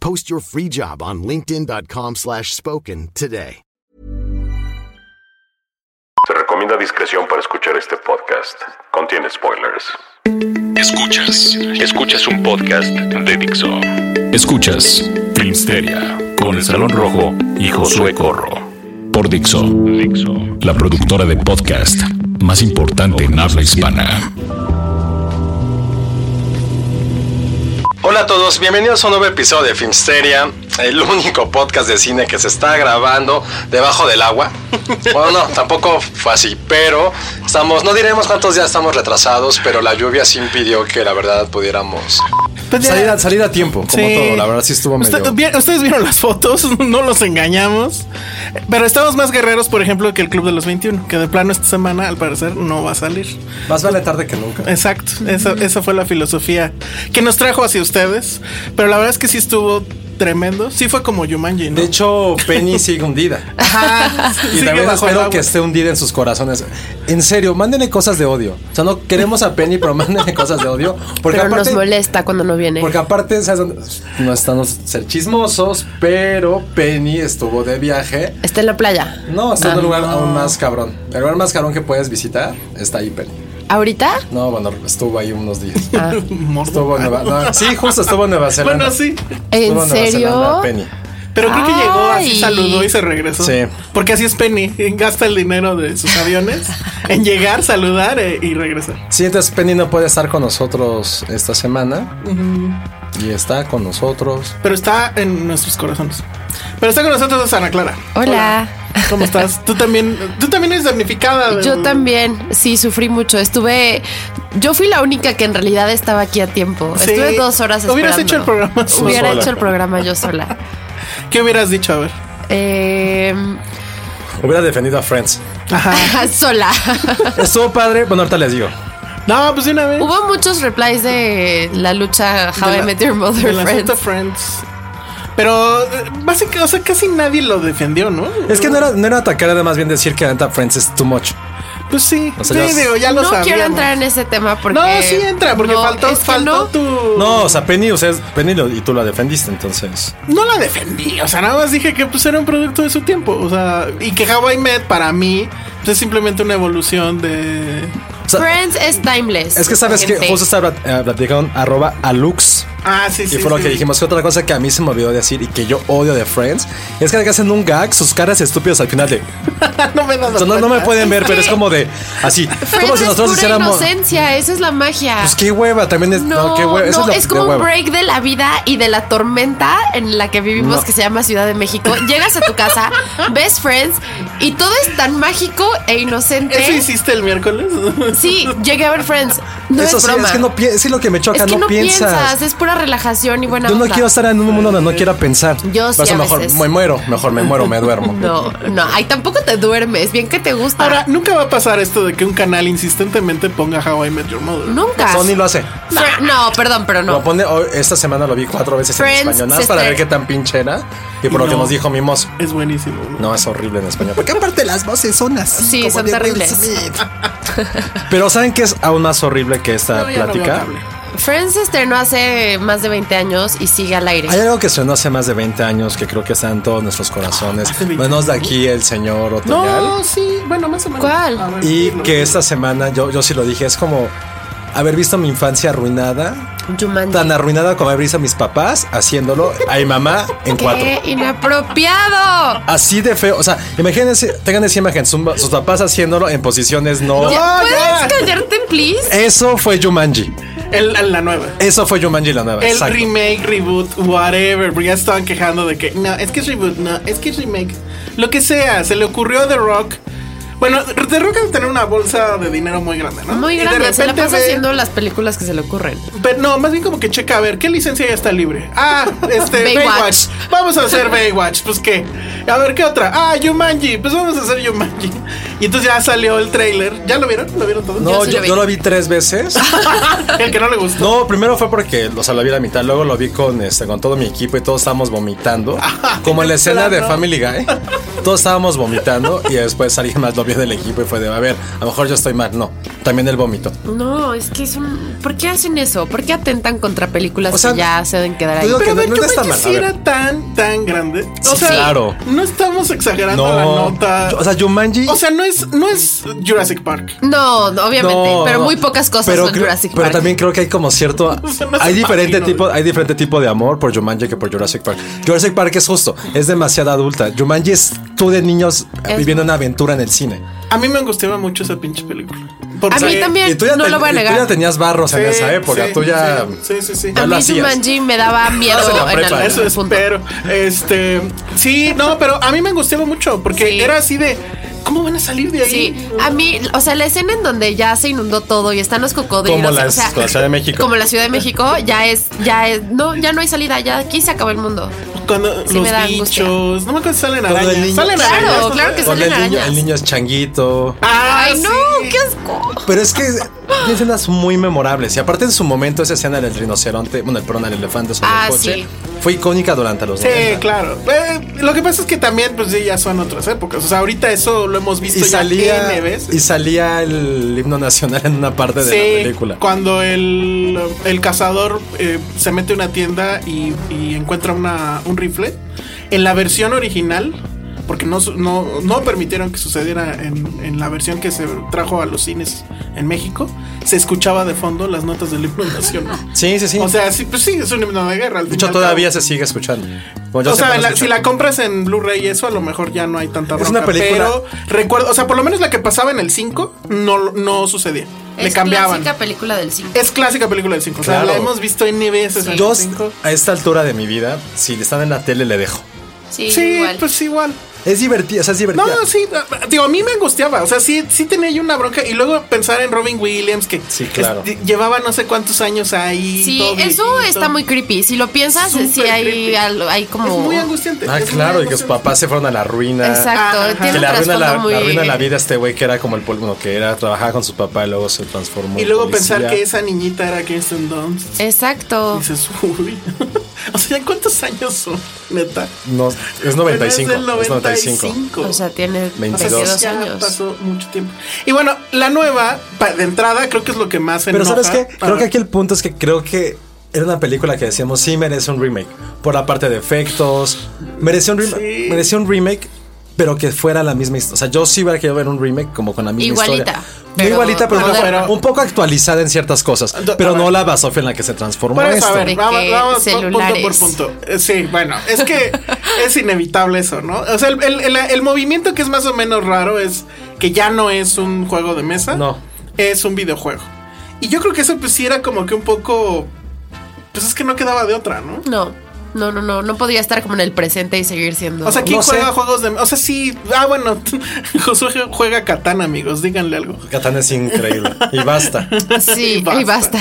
Post your free job on linkedin.com/spoken slash spoken today. Se recomienda discreción para escuchar este podcast. Contiene spoilers. Escuchas, escuchas un podcast de Dixo. Escuchas Filmsteria con el Salón Rojo y Josué Corro. Por Dixo, Dixo, la productora de podcast más importante en habla hispana. Hola a todos, bienvenidos a un nuevo episodio de Filmsteria, el único podcast de cine que se está grabando debajo del agua. Bueno, no, tampoco fue así, pero estamos, no diremos cuántos días estamos retrasados, pero la lluvia sí impidió que la verdad pudiéramos Pues ya- salir a, salir a tiempo, como Sí. todo, la verdad sí estuvo medio... Usted- vi- ustedes vieron las fotos, no los engañamos. Pero estamos más guerreros, por ejemplo, que el Club de los 21, que de plano esta semana, al parecer, no va a salir. Más vale tarde que nunca. Exacto, esa, esa fue la filosofía que nos trajo hacia ustedes. Pero la verdad es que sí estuvo tremendo. Sí fue como Jumanji, ¿no? De hecho, Penny sigue hundida. Ajá, Y sigue también bajo el espero agua. que esté hundida en sus corazones. En serio, mándenle cosas de odio. O sea, no queremos a Penny, pero mándenle cosas de odio. Porque pero aparte, nos molesta cuando no viene. Porque aparte, ¿sabes dónde? no estamos ser chismosos, pero Penny estuvo de viaje. Está en la playa. No, está en Ah, un lugar aún más cabrón. El lugar más cabrón que puedes visitar está ahí, Penny. ¿Ahorita? No, bueno, estuvo ahí unos días. Ah. Estuvo en Nueva no, Sí, justo estuvo en Nueva Zelanda. Bueno, sí. ¿En Estuvo en Nueva Zelanda, serio? Penny. Pero creo que llegó así, Ay. saludó y se regresó. Sí. Porque así es Penny. Gasta el dinero de sus aviones en llegar, saludar eh, y regresar. Sí, entonces Penny no puede estar con nosotros esta semana. Y está con nosotros. pero está en nuestros corazones. Pero está con nosotros Ana Clara. Hola. ¿Cómo estás? Tú también, tú también eres damnificada. de- Yo también, sí, sufrí mucho. Estuve. Yo fui la única que en realidad estaba aquí a tiempo. Sí. Estuve dos horas esperando. Hubieras hecho el programa tú Hubiera sola. hecho el programa yo sola. ¿Qué hubieras dicho? A ver. Eh, Hubiera defendido a Friends. sola. Estuvo padre. Bueno, ahorita les digo. No, pues de una vez. Hubo muchos replies de la lucha How De I la- Met Your de Mother la Friends. secta Friends. Pero eh, básicamente, o sea, casi nadie lo defendió, ¿no? Es que no era, no era atacar, era más bien decir que la neta Friends es too much. Pues sí, O sea, sí, ya- digo, ya lo no sabíamos. quiero entrar en ese tema porque. No, sí entra, porque No, faltó, es que faltó no. tu. No, o sea, Penny, o sea, es- Penny lo- y tú la defendiste, entonces. No la defendí, o sea, nada más dije que pues era un producto de su tiempo, o sea, y que How I Met para mí pues, es simplemente una evolución de... O sea, Friends es timeless. es que sabes que gente. justo estaba eh, platicaron arroba alux. Ah, sí, Y sí. fue lo sí. que dijimos. Que otra cosa que a mí se me olvidó decir y que yo odio de Friends es que hacen un gag, sus caras estúpidas al final de. no me das O sea, no, no me pueden ver, Es pero es que- como de. Así. Friends como si es nosotros pura hiciéramos. inocencia, esa es la magia. Pues qué hueva, también es. No, qué hueva. no, eso es, es, lo de como un hueva. break de la vida y de la tormenta en la que vivimos No. que se llama Ciudad de México. Llegas a tu casa, ves Friends y todo es tan mágico e inocente. ¿Eso hiciste el miércoles? Sí, llegué a ver Friends. No eso es sí, broma. es que no pi- es que lo que me choca, Es que no, piensas. es pura relajación y buena Yo no onda. quiero estar en un mundo donde no quiera pensar. Yo sí Por eso a mejor veces. me muero, mejor me muero, me duermo. No, no, ay, tampoco te duermes, bien que te gusta. Ahora, nunca va a pasar esto de que un canal insistentemente ponga How I Met Your Mother. Nunca. Sony lo hace. Fr- no, perdón, pero no. Lo pone, hoy- esta semana lo vi cuatro veces Friends, en español, nada más para ver sister. qué tan pinche era. Y por lo No. que nos dijo Mimos, Es buenísimo. ¿no? no es horrible en español. Porque aparte las voces son así. Sí, como son de Will terribles. Smith. Pero ¿saben qué es aún más horrible que esta No, ya no veo plática? cable. Friends se estrenó hace más de 20 años y sigue al aire. Hay algo que sonó hace más de 20 años que creo que está en todos nuestros Ah, corazones. Hace 20 Menos de aquí el señor Otoñal. No, sí, bueno, más o menos. ¿Cuál? A ver, Y dilo. que esta semana, yo, yo sí lo dije, es como haber visto mi infancia arruinada, Jumanji. tan arruinada como haber visto a mis papás haciéndolo a mi mamá en cuatro. ¡Qué inapropiado! Así de feo, o sea, imagínense, tengan esa imagen, su- sus papás haciéndolo en posiciones no. Ya, pues, Ah, ya. ¿Puedes callarte, please? Eso fue Jumanji. El, la nueva. Eso fue Jumanji la nueva. El exacto. remake, reboot, whatever. Porque ya estaban quejando de que no, es que es reboot, no, es que es remake. Lo que sea, se le ocurrió a The Rock. Bueno, The Rock debe tener una bolsa de dinero muy grande, ¿no? Muy Y de grande, se la repente pasa ve- haciendo las películas que se le ocurren. Pero no, más bien como que checa a ver qué licencia ya está libre. Ah, este Baywatch. Baywatch. Vamos a hacer Baywatch, pues qué. A ver qué otra. Ah, Jumanji, pues vamos a hacer Jumanji. Y entonces ya salió el trailer. ¿Ya lo vieron? ¿Lo vieron todos? No, Yo sí yo, lo vi. yo lo vi tres veces. El que no le gustó. No, primero fue porque, o sea, lo vi a la mitad, luego lo vi con este, con todo mi equipo y todos estábamos vomitando. Como en la escena de Family Guy. Todos estábamos vomitando y después alguien más lo vio del equipo y fue de, a ver, a lo mejor yo estoy mal. No, también el vómito. No, es que es un. ¿Por qué hacen eso? ¿Por qué atentan contra películas O sea, que ya se deben quedar te ahí? digo Pero que a ver, no- no está Jumanji mal, a sí ver. era tan, tan grande. O Sí, sea, claro. no estamos exagerando la No, nota. o sea, Jumanji. O sea, no es, no es Jurassic Park. No, no, obviamente, no, pero no. muy pocas cosas pero son creo- Jurassic Pero Park. también creo que hay como cierto. Se me hace hay diferente padrino, tipo, güey. hay diferente tipo de amor por Jumanji que por Jurassic Park. Jurassic Park es justo, es demasiado adulta. Jumanji es tú de niños Es- viviendo una aventura en el cine. A mí me angustiaba mucho esa pinche película. Porque- A mí también. Y tú ya no lo voy a y negar. Tú ya tenías barros en Sí, esa época. sí, tú ya. Sí, sí, sí. ya a lo mí hacías. Jumanji me daba Estabas en miedo la en prepa. algún Eso punto. espero. Este, sí, no, pero a mí me angustiaba mucho porque Sí. era así de ¿cómo van a salir de ahí? Sí, a mí, o sea, la escena en donde ya se inundó todo y están los cocodrilos, Como la- o sea, la Ciudad de México. como la Ciudad de México, ya es, ya es, no, ya no hay salida, ya aquí se acabó el mundo. Cuando Sí, me los da angustia. bichos, no me acuerdo si salen Cuando arañas. el niño- Salen Claro, arañas. claro que Cuando salen el niño, arañas. el niño es changuito. Ah, Ay, no, sí. qué asco. Pero es que tiene escenas muy memorables. Y aparte en su momento esa escena del rinoceronte, bueno, el, perdón, el elefante sobre Ah, el coche, sí. fue icónica durante los Sí, 90. claro. Eh, lo que pasa es que también, pues sí, ya son otras épocas. O sea, ahorita eso lo hemos visto Y ya salía, N veces. y salía el himno nacional en una parte de Sí, la película. Cuando el, el cazador eh, se mete a una tienda y, y encuentra una, un rifle, en la versión original, porque no, su- no, no permitieron que sucediera en, en la versión que se trajo a los cines en México, se escuchaba de fondo las notas del himno nacional. Sí, sí, sí. O sea, sí, pues sí, es un himno de guerra. al de fin y hecho, al todavía cabo. se sigue escuchando. Bueno, yo O sea, siempre lo la- escucho. si la compras en Blu-ray y eso, a lo mejor ya no hay tanta Es bronca. una película- Pero recuerdo, o sea, por lo menos la que pasaba en el 5 no, no sucedía. Le es cambiaban. clásica película del 5. Es clásica película del 5. O Claro. sea, la hemos visto en veces. en el Yo, cinco. a esta altura de mi vida, si están en la tele, le dejo. Sí, Sí, igual. pues igual. Es divertida, o sea, es No, divertida. sí, no, digo, a mí me angustiaba. O sea, sí, sí tenía yo una bronca. Y luego pensar en Robin Williams, que Sí, claro. es- llevaba no sé cuántos años ahí. Sí, todo eso viejito. está muy creepy. Si lo piensas, Súper sí hay, creepy. algo- hay como. Es muy angustiante. Ah, es muy claro, y que sus angustiante. papás se fueron a la ruina. Exacto, Ajá. Que tiene un le arruina trasfondo la, muy. le arruina la vida a este güey que era como el polvo, bueno, que era, trabajaba con su papá y luego se transformó. Y en luego policía. pensar que esa niñita era Kirsten Dunst. Exacto. Dices, uy. o sea, ¿ya ¿cuántos años son? Neta. No, es 95. Bueno, es es del 95. 95. O sea, tiene 22. 22 Ya años. pasó mucho tiempo. Y bueno, la nueva, pa- de entrada, creo que es lo que más Pero enoja. ¿sabes qué? Creo Ahora, que aquí el punto es que creo que era una película que decíamos, sí, merece un remake. Por la parte de efectos. Merecía un, rem- Sí. merecía un remake, pero que fuera la misma historia. O sea, yo sí hubiera querido ver un remake como con la misma Igualita, historia. No pero igualita, pero, moderna. una- un poco actualizada en ciertas cosas. Do- a Pero no ver. la basofia en la que se transformó Por eso, esto. a ver, De vamos, que vamos pu- punto por celulares. punto. Eh, Sí, bueno, es que es inevitable eso, ¿no? O sea, el, el- el- el movimiento que es más o menos raro es que ya no es un juego de mesa, No. es un videojuego. Y yo creo que eso pues sí era como que un poco... Pues es que no quedaba de otra, ¿no? No, no, no, no. No podía estar como en el presente y seguir siendo. O sea, ¿quién No sé. juega juegos de... O sea, sí... Ah, bueno, Josué juega Catán, amigos, díganle algo. Catán es increíble. Y basta. sí, y basta. y basta.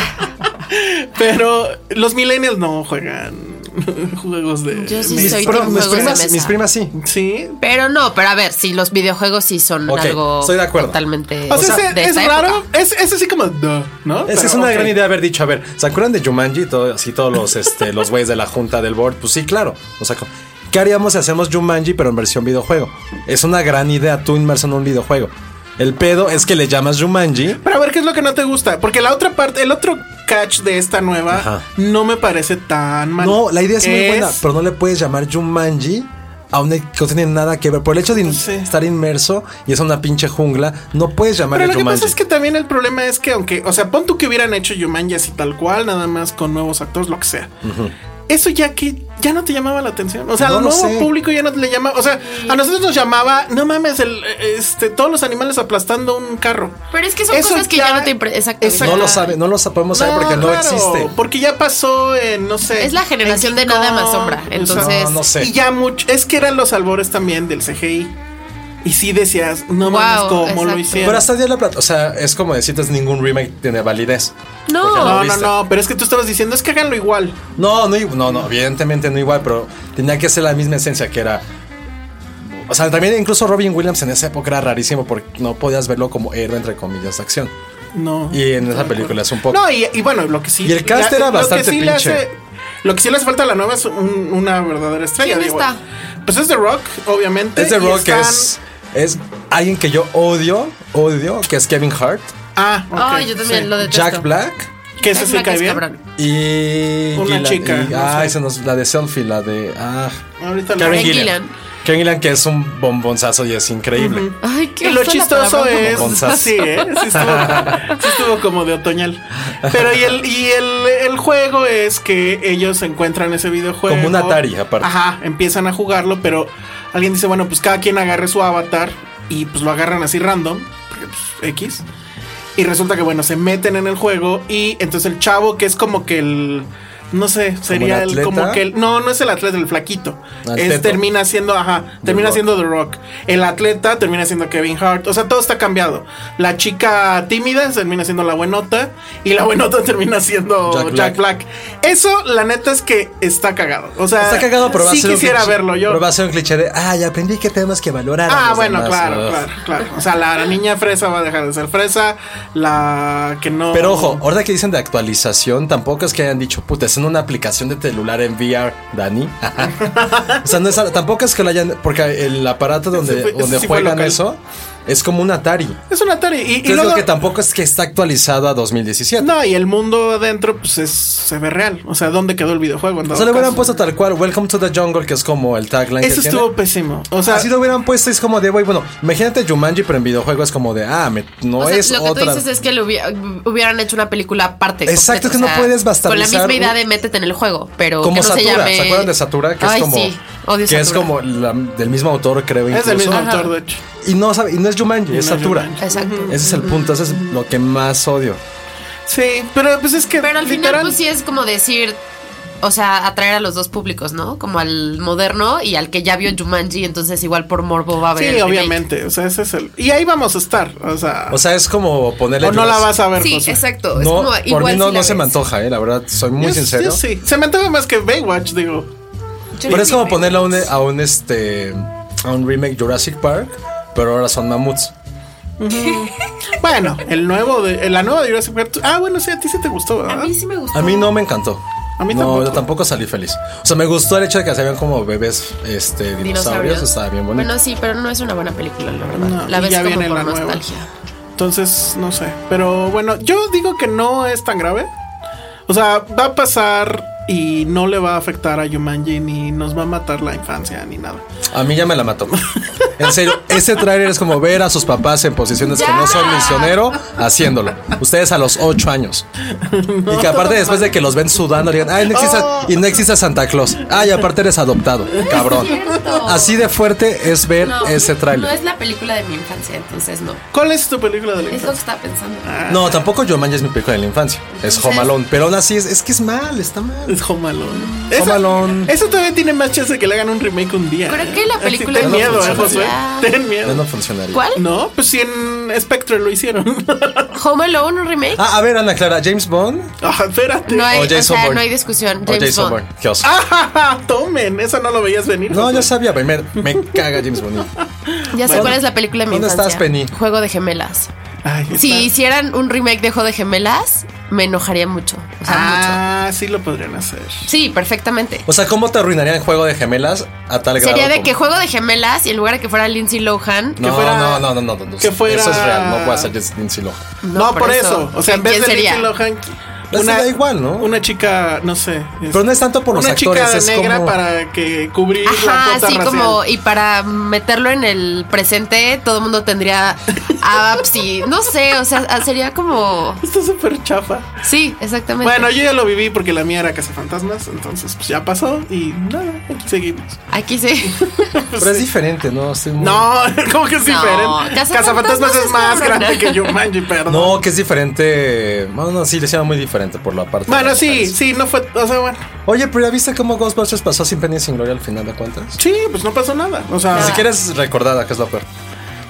Pero los millennials no juegan juegos de. Yo sí mesa. soy Pero team mis juegos de primas, mesa. mis primas sí. Sí. Pero no, pero a ver, sí, los videojuegos sí son Ok, algo estoy de acuerdo. totalmente. O sea, ese- de es, esta raro. época. Es, es así como. duh, ¿no? Esa Pero, es una ok. gran idea haber dicho, a ver, ¿se acuerdan de Jumanji? Todo, así todos los este, los güeyes de la junta del board. Pues sí, claro. O sea, ¿qué haríamos si hacemos Jumanji pero en versión videojuego? Es una gran idea tú inmerso en un videojuego. El pedo es que le llamas Jumanji. Pero a ver, ¿qué es lo que no te gusta? Porque la otra parte, el otro catch de esta nueva Ajá. no me parece tan mal. No, la idea es muy buena, pero no le puedes llamar Jumanji a un que no tiene nada que ver. Por el hecho de in- Sí. estar inmerso y es una pinche jungla, no puedes Pero llamarle lo que Jumanji. pasa es que también el problema es que, aunque, o sea, pon tú que hubieran hecho Jumanji así tal cual, nada más con nuevos actores, lo que sea. Eso ya que ya no te llamaba la atención. O sea, No al lo nuevo sé. público ya no le llamaba. O sea, a nosotros nos llamaba, no mames, el, este, todos los animales aplastando un carro. Pero es que son cosas que ya no te impre- Exacto. No lo sabe, no lo sa- podemos saber porque no claro, existe. Porque ya pasó en, no sé. Es la generación en de King nada más Kong, sombra, o sea, entonces- No, no sé. Y ya mucho. Es que eran los albores también del CGI. Y sí decías, no mames, Wow, cómo lo exacto. hicieron. Pero hasta el día de la plata, o sea, es como decirte, es ningún remake tiene validez. Porque No. No, no, viste. no, pero es que tú estabas diciendo, es que háganlo igual. No, no, i- no, no, evidentemente no igual, pero tenía que ser la misma esencia que era. O sea, también incluso Robin Williams en esa época era rarísimo porque no podías verlo como héroe, entre comillas, de acción. No. Y en esa película es un poco. No, y, y bueno, lo que sí. Y el cast la- era lo que bastante le pinche. hace- lo que sí le hace falta a la nueva es un- una verdadera estrella. ¿Quién digo. está? Pues es The Rock, obviamente. es de y Rock están- este es, es alguien que yo odio, odio, que es Kevin Hart, Ah, ok, Ay, yo también sí. lo detesto. Jack Black Que ese Jack sí Black cae es bien. cabrón. y. Una Gillan- chica, y- no ah, sé. esa no es la de Selfie, la de. Ah, Ahorita lo- Karen Karen Gillan. Gillan. Karen Gillan, que es un bombonzazo y es increíble. Ay, qué Y lo fue la chistoso palabra. es. Gonzas. Sí, ¿eh? Sí estuvo, sí estuvo como de otoñal. Pero y el, y el, el juego es que ellos encuentran ese videojuego. Como un Atari, aparte. Ajá, empiezan a jugarlo, pero alguien dice, bueno, pues cada quien agarre su avatar y pues lo agarran así random, porque, pues, X. Y resulta que, bueno, se meten en el juego y entonces el chavo que es como que el. No sé, sería el el, como atleta? que el. No, no es el atleta, el flaquito. Ah, el Es, termina teto. termina siendo, ajá, termina Rock. siendo The Rock. El atleta termina siendo Kevin Hart. O sea, todo está cambiado. La chica tímida termina siendo la buenota. Y la buenota termina siendo Jack Jack, Black. Black. Eso, la neta, es que está cagado. O sea, Está cagado, pero va a sí ser un quisiera cliché- verlo yo. Pero va a ser un cliché de, ay, aprendí que tenemos que valorar. a Ah, los bueno, demás". claro, Ugh. claro, claro. O sea, la niña fresa va a dejar de ser fresa. La que no. Pero ojo, ahora que dicen de actualización, tampoco es que hayan dicho, puta, es en una aplicación de celular en VR, Dani. o sea, no es, tampoco es que lo hayan, porque el aparato donde, Ese fue- ese donde sí fue juegan local. eso es como un Atari. Es un Atari. Y, y Entonces, luego- lo que tampoco es que está actualizado a 2017. No, y el mundo adentro, pues es, se ve real. O sea, ¿dónde quedó el videojuego? En O todo sea, le hubieran caso? puesto tal cual, Welcome to the Jungle, que es como el tagline. Eso que tiene. Ah, estuvo pésimo. O sea, Así lo hubieran puesto, es como de, güey, bueno, imagínate Jumanji, pero en videojuego es como de, ah, me- no O sea, es lo que otra. tú dices es que le hubi- hubieran hecho una película aparte. Exacto, es que o no sea, puedes Con la bastardizar misma idea un- de métete en el juego, pero Como que no Satura, se se, llame... acuerdan de Satura? Que Ay, es como, sí, odio que es Satura. como la- del mismo autor, creo. es Incluso. del mismo Ajá. autor, de hecho. Y no, sabe, y no es Jumanji, es es Satura. Jumanji. Exacto. Ese es el punto, ese es lo que más odio. Sí, pero pues es que. Pero al final, literal, pues sí es como decir, o sea, atraer a los dos públicos, ¿no? Como al moderno y al que ya vio en Jumanji, entonces igual por morbo va a Sí, ver. el remake. obviamente. O sea, ese es el. Y ahí vamos a estar. O sea. O sea, es como ponerle. o no la vas a ver. Sí, Josué. exacto. No, es como por igual mí no, si la no se me ves. antoja, eh, la verdad, soy muy Yo- sincero. yo sí. Se me antoja más que Baywatch, digo. Pero es como ponerle a un, a un, este a un remake Jurassic Park, pero ahora son mamuts. Bueno, el nuevo de. La nueva de Jurassic Park. Ah, bueno, sí, a ti sí te gustó, A ¿verdad? mí sí me gustó. A mí no me encantó. A mí no, tampoco. yo tampoco salí feliz. O sea, me gustó el hecho de que se vean como bebés este, dinosaurios. Estaba bien bonito. Bueno, sí, pero no es una buena película, la verdad. No, la y ves ya como viene por la nueva. nostalgia. Entonces, no sé. Pero bueno, yo digo que no es tan grave. O sea, va a pasar y no le va a afectar a Yumanji ni nos va a matar la infancia ni nada. A mí ya me la mató. En serio, ese tráiler es como ver a sus papás en posiciones que no son misionero haciéndolo. Ustedes a los 8 años. y que aparte después de que los ven sudando, digan, ay, no existe, y no existe Santa Claus. Ay, aparte eres adoptado, cabrón. cierto. Así de fuerte es ver No, E-, ese No tráiler. es la película de mi infancia, entonces no. ¿Cuál es tu película de la Es lo infancia? que estaba pensando. No, tampoco Jumanji es mi película de la infancia. Es Home Alone, pero aún así es, es que es mal, está mal. Es Home Alone. Home Esa- Alone. Eso todavía tiene más chance de que le hagan un remake un día. Pero ¿eh? que la Así, película ten no miedo, eh, funciona. Josué. Ten miedo. Ya no funcionaría. ¿Cuál? No, pues si en Spectre lo hicieron. ¿Home Alone un remake? Ah, a ver, Ana Clara, James Bond Ah, espérate. no hay, o o Jason sea, Bourne. no hay discusión. o James Jason Bond. Bourne. Qué oso. Ah, tomen, esa no lo veías venir. No, Josué. yo sabía, me, me caga James Bond. Ya sé Bueno. cuál es la película de mi ¿Dónde infancia. estás, Penny? Juego de gemelas. Ay, está. Si hicieran un remake de Juego de gemelas, me enojaría mucho. O sea, mucho. Ah, sí lo podrían hacer. Sí, perfectamente. O sea, ¿cómo te arruinarían Juego de Gemelas a tal grado? Sería de como- que Juego de gemelas y en lugar de que fuera Lindsay Lohan, No, fuera- no, no, no, no, no, no. que fuera- Eso es real, no puede ser Lindsay Lohan. No, por, eso. O sea, en ¿quién vez de sería? Lindsay Lohan, Pues da igual, ¿no? Una chica, no sé. es- Pero no es tanto por los una actores, es chica negra como- para que cubrir la Ajá, cuota sí, racial. como, y para meterlo en el presente, todo el mundo tendría apps y no sé, o sea, a- sería como. Está súper chafa. Sí, exactamente. Bueno, yo ya lo viví porque la mía era cazafantasmas, entonces pues ya pasó y nada, aquí seguimos. aquí sí. Pero es diferente, ¿no? Estoy muy- pues, No, ¿cómo que es No, diferente? Cazafantasmas Cazafantasmas es es más cabrón. grande que Jumanji, perdón. No, que es diferente. Bueno, no, sí, le llama muy diferente por la parte. de Bueno, los sí, actores. sí, no fue, o sea, bueno, Oye, pero ya viste cómo Ghostbusters pasó sin pena y sin gloria al final de cuentas. sí, pues no pasó nada, o sea, Ni siquiera es recordada, que es lo peor.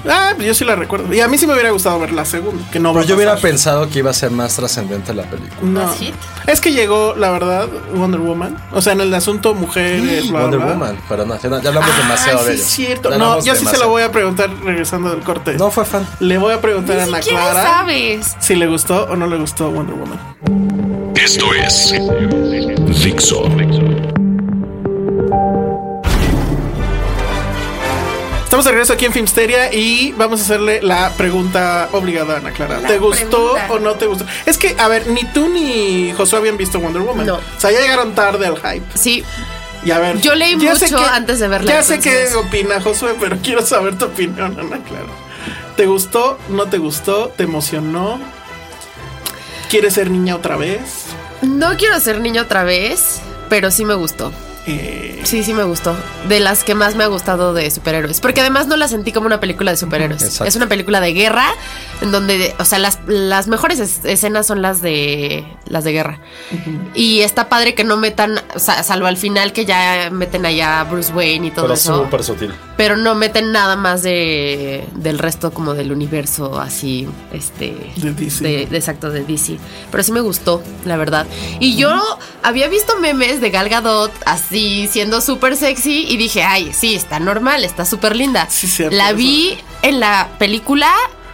ah, pues yo sí la recuerdo. Y a mí sí me hubiera gustado ver la segunda, que no va Pero a yo hubiera pasar. pensado que iba a ser más trascendente la película. No. Más hit. Es que llegó, la verdad, Wonder Woman, o sea, en el asunto mujeres, bla, Wonder bla, bla. Woman, pero no, ya, no- ya hablamos Ah, demasiado sí de es ello. cierto. Ya No, hablamos yo sí se demasiado. lo voy a preguntar regresando del corte. No fue fan. Le voy a preguntar a Ana ¿Quién Clara sabes? si le gustó o no le gustó Wonder Woman. Esto es Dixo. Estamos de regreso aquí en Filmsteria y vamos a hacerle la pregunta obligada a Ana Clara. La ¿Te gustó pregunta. o no te gustó? Es que, a ver, ni tú ni Josué habían visto Wonder Woman. No. O sea, ya llegaron tarde al hype. Sí, Y a ver. Yo leí ya sé mucho antes de verla, Ya sé entonces. qué opina Josué, pero quiero saber tu opinión, Ana Clara. ¿Te gustó? ¿No te gustó? ¿Te emocionó? ¿Quieres ser niña otra vez? no quiero ser niño otra vez, pero sí me gustó. Eh, Sí, sí me gustó. De las que más me ha gustado de superhéroes. Porque además no la sentí como una película de superhéroes. Exacto. Es una película de guerra en donde, o sea, las, las mejores es- escenas son las de las de guerra. Y está padre que no metan, o sea, salvo al final que ya meten allá a Bruce Wayne y todo Pero eso. súper sutil. Pero no meten nada más de del resto como del universo así, este, De DC. de- de- exacto de DC. Pero sí me gustó, la verdad. Y yo había visto memes de Gal Gadot así siendo súper sexy y dije, ay, sí, está normal, está súper linda. Sí, cierto, la eso. vi en la película,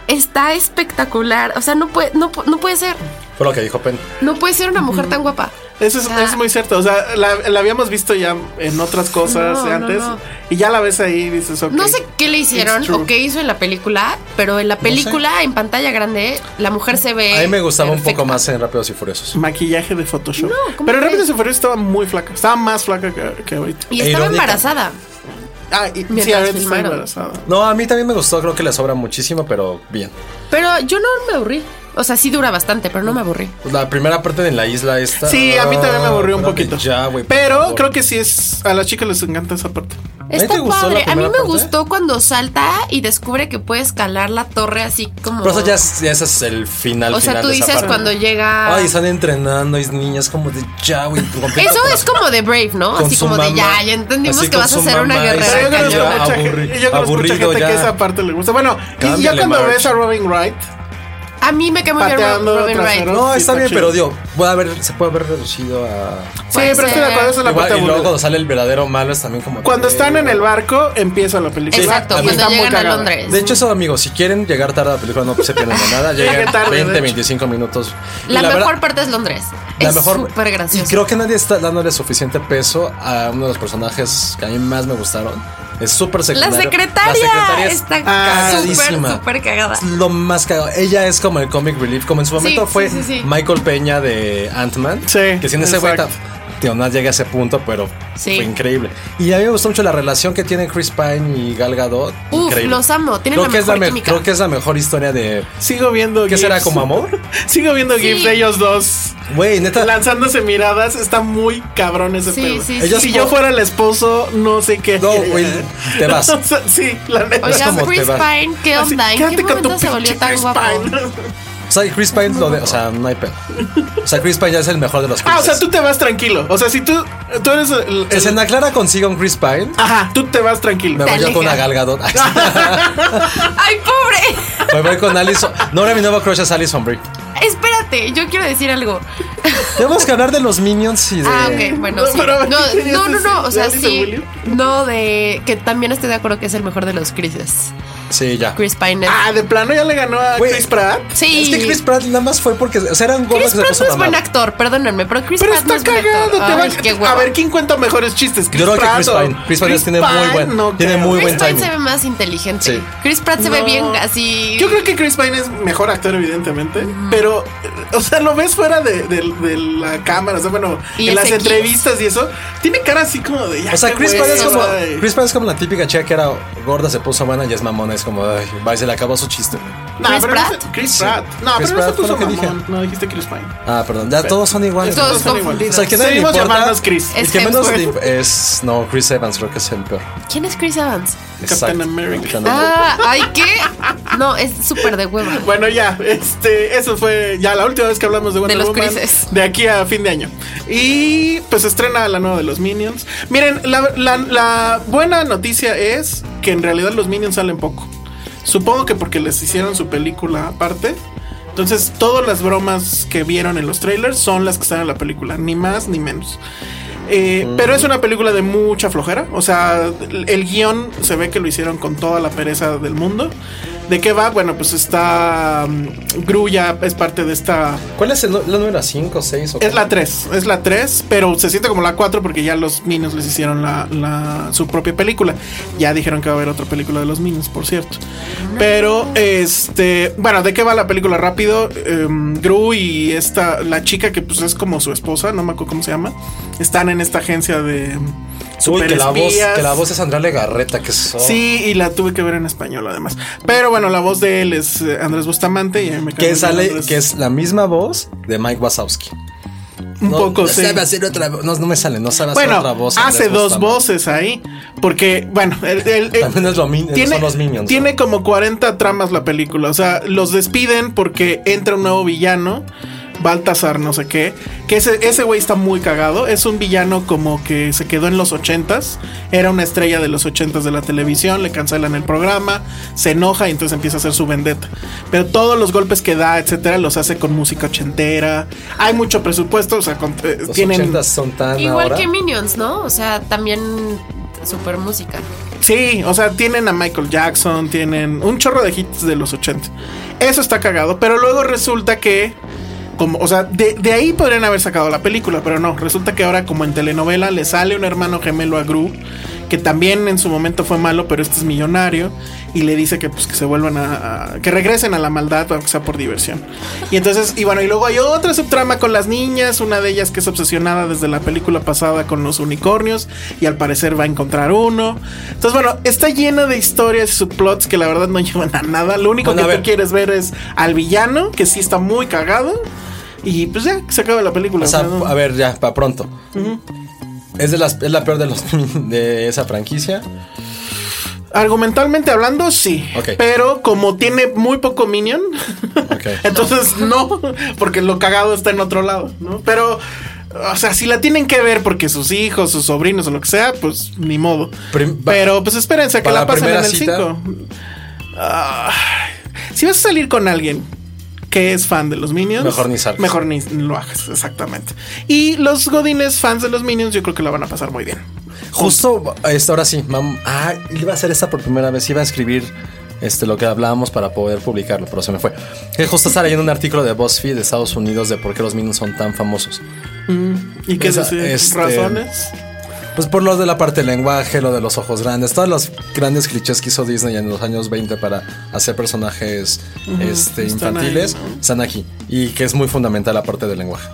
está espectacular. O sea, no puede, no, pu- no puede ser, Fue lo que dijo Penn. no puede ser una mujer tan guapa. Eso es, O sea, es muy cierto. O sea, la, la habíamos visto ya en otras cosas No, de no, antes. no. Y ya la ves ahí y dices, ok. No sé qué le hicieron It's true. o qué hizo en la película, pero en la película, en pantalla grande, la mujer se ve. A mí me gustaba un perfecta. poco más eh, en Rápidos y Furiosos. Maquillaje de Photoshop. No, ¿cómo Pero crees? rápido se fue, estaba muy flaca. Estaba más flaca que, que ahorita. Y estaba Irónica. embarazada. Ah, y, sí, Mientras ahorita está filmaron. embarazada. No, a mí también me gustó, creo que le sobra muchísimo, pero bien. Pero yo no me aburrí. O sea, sí dura bastante, pero no me aburrí. Pues La primera parte de la isla esta. Sí, a mí también me aburrió un Espérame poquito. Ya, güey. por Pero favor. creo que sí es. A las chicas les encanta esa parte. ¿A ti Está te gustó la padre. A mí primera me parte? gustó cuando salta y descubre que puede escalar la torre así como. Pero eso ya, es- ya ese es el final. o sea, final tú de esa dices parte. cuando llega. Ay, están entrenando y niñas como de ya, güey. completa Eso con- es como de Brave, ¿no? con Así su como de mamá. ya, ya entendimos Así que con vas a su ser una mamá y guerrera. se- Pero yo cañona. conozco mucha ya, aburri- gente- yo conozco mucha aburrido, gente ya. que esa parte le gusta. Bueno, y ya Cámbiale, cuando Marge. ves a Robin Wright, A mí me cae muy bien Ro- Pateando Robin Wright. trasero. No, Sí, está está bien, chido. pero digo, puede haber, se puede haber reducido a. Sí, Puede pero estoy de ser. acuerdo, esa es la parte Igual- y luego aburrida. cuando sale el verdadero malo es también como. Cuando de- están en el barco, empieza la película. Exacto, Y cuando está muy llegan a cagada. Londres. De hecho, eso, amigos, si quieren llegar tarde a la película, no se pierden de nada. Llegan Llegué tarde, de 20, hecho. 25 minutos. Y La, mejor verdad, parte es Londres. la es mejor- súper gracioso. Y creo que nadie está dándole suficiente peso a uno de los personajes que a mí más me gustaron. Es súper La secundario. secretaria, secretaria es está cagadísima. súper, súper cagada. Es lo más cagado. Ella es como el comic relief, como en su momento sí, fue sí, sí. Michael Peña de Ant-Man. Sí, Que sin ese güey, exacto. ta- tío, no llega a ese punto, pero Sí. fue increíble. Y a mí me gustó mucho la relación que tienen Chris Pine y Gal Gadot. Uf, Increíble. los amo. Tienen Creo la que, es mejor la me- química. creo que es la mejor historia de. Sigo viendo ¿Qué GIFs. será como amor? Sigo viendo Sí. GIFs de ellos dos. Güey, neta. Lanzándose miradas, está muy cabrón ese Sí, pedo. sí, Ellos si sí. yo fuera el esposo, no sé qué. No, güey, te vas. O sea, sí, la neta. Es Oigan, como te Chris va. Pine, ¿qué Así, onda? ¿En quédate qué con tu momento se volvió pinche tan Chris guapo? Pine. O sea, y Chris Pine lo de. O sea, no hay pedo. O sea, Chris Pine ya es el mejor de los Chris. Ah, o sea, tú te vas tranquilo. O sea, si tú, tú eres el, Se el- Ana Clara consigue un Chris Pine. Ah, Ajá, tú te vas tranquilo. Me voy yo con una alejas. Gal Gadot. ¡Ay, pobre! Me voy con Alison. No, ahora mi nuevo crush es Alison Brie. Espérate, yo quiero decir algo. Tenemos que hablar de los Minions y de. Ah, ok, bueno, No, sí. pero, No, ¿qué querías no, no, no, o decir? sea, ¿De Alison sí. Williams? No, de que también estoy de acuerdo que es el mejor de los Chrises. Sí, ya. Chris Pine es- Ah, de plano ya le ganó a Güey. Chris Pratt. Sí. Es que Chris Pratt nada más fue porque. O sea, era un gordo Chris que se Pratt puso no es buen mamado. actor, perdónenme, pero Chris Pero Pratt no está es buen actor. cagado. Te Ay, va- qué a hueva. ver, ¿quién cuenta mejores chistes? Chris Yo creo que Pratt Chris o- Pine. Chris Pine tiene muy Pine, buen. no tiene creo. muy buen Chris Pine timing. se ve más inteligente. Sí. Chris Pratt se ve No. bien así. Yo creo que Chris Pine es mejor actor, evidentemente. Pero, eh, o sea, lo ves fuera de, del- de la cámara, o sea, bueno, Y en las ese geek. entrevistas y eso, tiene cara así como de. ya O sea, te Chris voy, Pratt es o como. sea, Chris Pratt es como la típica chica que era gorda, se puso buena y es mamona. Es como, ay, va y se le acabó su chiste. No, Chris pero no sé- Pratt. Chris Pratt. No, Chris pero no Pratt se puso fue lo que mamón. No dijiste Chris Pine. Ah, perdón. Ya todos son iguales. Todos ¿no? son O confundidos. sea, que nadie le Seguimos importa. llamarnos Chris. El Es que menos le imp- Hemsworth. es. No, Chris Evans creo que es el peor. ¿Quién es Chris Evans? Exacto. America. Capitán América. Ah, ay, ¿qué? No, es súper de hueva. Bueno, ya, este, eso fue ya la última vez que hablamos de Wonder De los Woman, crises. De aquí a fin de año. Y pues estrena la nueva de los Minions. Miren, la, la- la buena noticia es que en realidad los Minions salen poco. Supongo que porque les hicieron su película aparte. Entonces, todas las bromas que vieron en los trailers son las que están en la película, ni más ni menos. Eh, Pero es una película de mucha flojera. O sea, el, el guión se ve que lo hicieron con toda la pereza del mundo. ¿De qué va? Bueno, pues está. mm, Gru ya es parte de esta. ¿Cuál es el, nu- la número 5, 6 o Es la 3, es la 3, pero se siente como la 4 porque ya los Minions les hicieron la, la- su propia película. Ya dijeron que va a haber otra película de los Minions, por cierto. Pero, este, bueno, ¿de qué va la película rápido? Em, Gru y esta, la chica que pues es como su esposa, no me acuerdo cómo se llama, están en esta agencia de... em, Uy, que la, voz, superespías. que la voz es Andrea Legarreta, que es. oh, Sí, y la tuve que ver en español además. Pero bueno, la voz de él es eh, Andrés Bustamante y a mí me cae muy Que bien sale, Andrés. que es la misma voz de Mike Wazowski. un No, poco sí. sabe hacer otra vo- No, no me sale, no sabe hacer Bueno, otra voz. hace Andrés dos Bustamante. voces ahí, porque, bueno, el, el- el- También es lo min- tiene, son los Minions, tiene ¿no? como 40 tramas la película, o sea, los despiden porque entra un nuevo villano, Baltasar no sé qué, que ese ese güey está muy cagado, es un villano como que se quedó en los 80s, era una estrella de los 80s de la televisión, le cancelan el programa, se enoja y entonces empieza a hacer su vendetta. Pero todos los golpes que da, etcétera, los hace con música ochentera. Hay mucho presupuesto, o sea, con- eh, Los tienen 80 son tan. Igual ahora. que Minions, ¿no? O sea, también super música. Sí, o sea, tienen a Michael Jackson, tienen un chorro de hits de los 80. Eso está cagado, pero luego resulta que, como, o sea, de, de ahí podrían haber sacado la película, pero no. Resulta que ahora, como en telenovela, le sale un hermano gemelo a Gru, que también en su momento fue malo, pero este es millonario, y le dice que, pues, que se vuelvan a, a- que regresen a la maldad, aunque sea por diversión. Y entonces, y bueno, y luego hay otra subtrama con las niñas, una de ellas que es obsesionada desde la película pasada con los unicornios y al parecer va a encontrar uno. Entonces, bueno, está llena de historias y subplots que la verdad no llevan a nada. Lo único Bueno, a que ver. tú quieres ver es al villano, que sí está muy cagado. Y pues ya, se acaba la película. O sea, O sea, no- a ver, ya, para pronto. Es, de las, es la peor de, los, de esa franquicia. Argumentalmente hablando, sí. Ok. Pero como tiene muy poco Minion, Ok. entonces no, porque lo cagado está en otro lado, ¿no? Pero, o sea, si la tienen que ver porque sus hijos, sus sobrinos o lo que sea, pues ni modo. Prim- va- Pero pues espérense a que para la la pasen en primera el cita. 5. si vas a salir con alguien que es fan de los Minions, Mejor ni salgas. Mejor ni lo hagas, exactamente. Y los godines fans de los Minions, yo creo que la van a pasar muy bien. Justo, este, ahora sí, mam- ah, iba a hacer esta por primera vez, iba a escribir este, lo que hablábamos para poder publicarlo, pero se me fue. Que justo estaba leyendo un artículo de BuzzFeed de Estados Unidos de por qué los Minions son tan famosos. ¿Y qué Esa, decir? este, ¿Razones? Pues por lo de la parte del lenguaje, lo de los ojos grandes, todos los grandes clichés que hizo Disney en los años 20 para hacer personajes este, están infantiles, ahí, están aquí. Y que es muy fundamental la parte del lenguaje.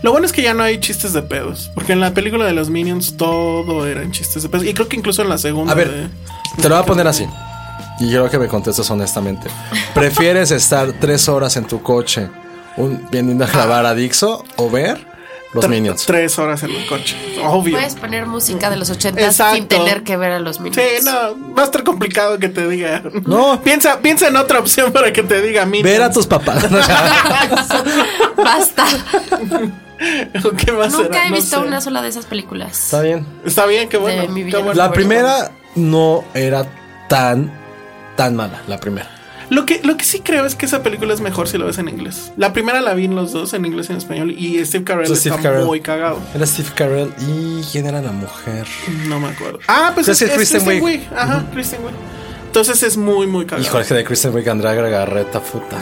Lo bueno es que ya no hay chistes de pedos. Porque en la película de los Minions todo eran chistes de pedos. Y creo que incluso en la segunda. A de- ver, te lo voy a poner así. Y creo que me contestas honestamente. ¿Prefieres estar tres horas en tu coche un, viendo a grabar a Dixo o ver los tre- Minions? Tres horas en el coche. Obvio. Puedes poner música de los 80 sin Exacto. tener que ver a los Minions. Sí, no, va a estar complicado que te diga. No. piensa, piensa en otra opción para que te diga Minions. Ver a tus papás. Basta. ¿Qué más Nunca será? he No visto sé. una sola de esas películas. Está bien. Está bien, qué bueno. De mi qué villano. bueno. La primera no era tan, tan mala. La primera. Lo que, lo que sí creo es que esa película es mejor si la ves en inglés. La primera la vi en los dos, en inglés y en español. Y Steve Carell Entonces, está Steve Carell. muy cagado. Era Steve Carell y quién era la mujer. No me acuerdo. Ah, pues es, Entonces, es Kristen Kristen, Wiig. Wiig. Ajá, Kristen Wiig. Entonces es muy, muy cagado. Híjole, que de Kristen Wiig, Andrea Garreta, puta.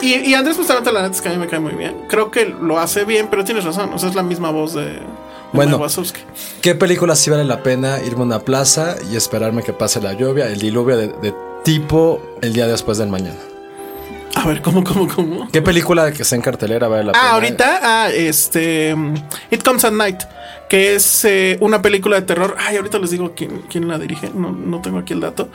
Y, y Andrés Bustamante, la neta es que a mí me cae muy bien. Creo que lo hace bien, pero tienes razón. O sea, es la misma voz de, de Bueno. Mike Wazowski. ¿Qué película sí vale la pena irme a una plaza y esperarme que pase la lluvia, el diluvio de, de tipo el día después del mañana? A A ver, ¿cómo, cómo, cómo? ¿Qué película que está en cartelera vale la pena? Ah, ahorita, ah, este. mm, It Comes at Night, que es eh, una película de terror. Ay, ahorita les digo quién, quién la dirige. No, no tengo aquí el dato.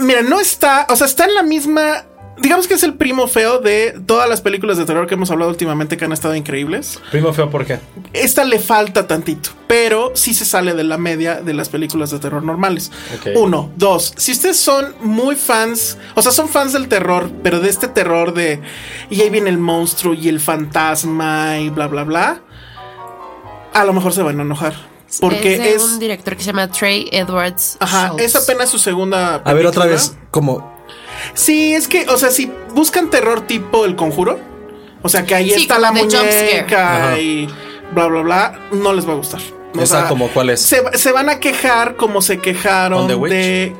Mira, no está, o sea, está en la misma. Digamos que es el primo feo de todas las películas de terror que hemos hablado últimamente que han estado increíbles. Primo feo, ¿por qué? Esta le falta tantito, pero sí se sale de la media de las películas de terror normales. Ok. Uno, dos, si ustedes son muy fans, o sea, son fans del terror, pero de este terror de y ahí viene el monstruo y el fantasma y bla bla bla, a lo mejor se van a enojar. Porque de es, un director que se llama Trey Edwards. ajá, Schultz. es apenas su segunda. A ver, otra película. vez, como. Sí, es que, o sea, si buscan terror tipo el conjuro, o sea, que ahí Sí, está como la de jump scare. muñeca Ajá. y bla, bla, bla, no les va a gustar. O ¿Esa como cuál es? Se, se van a quejar como se quejaron ¿Con The Witch? de.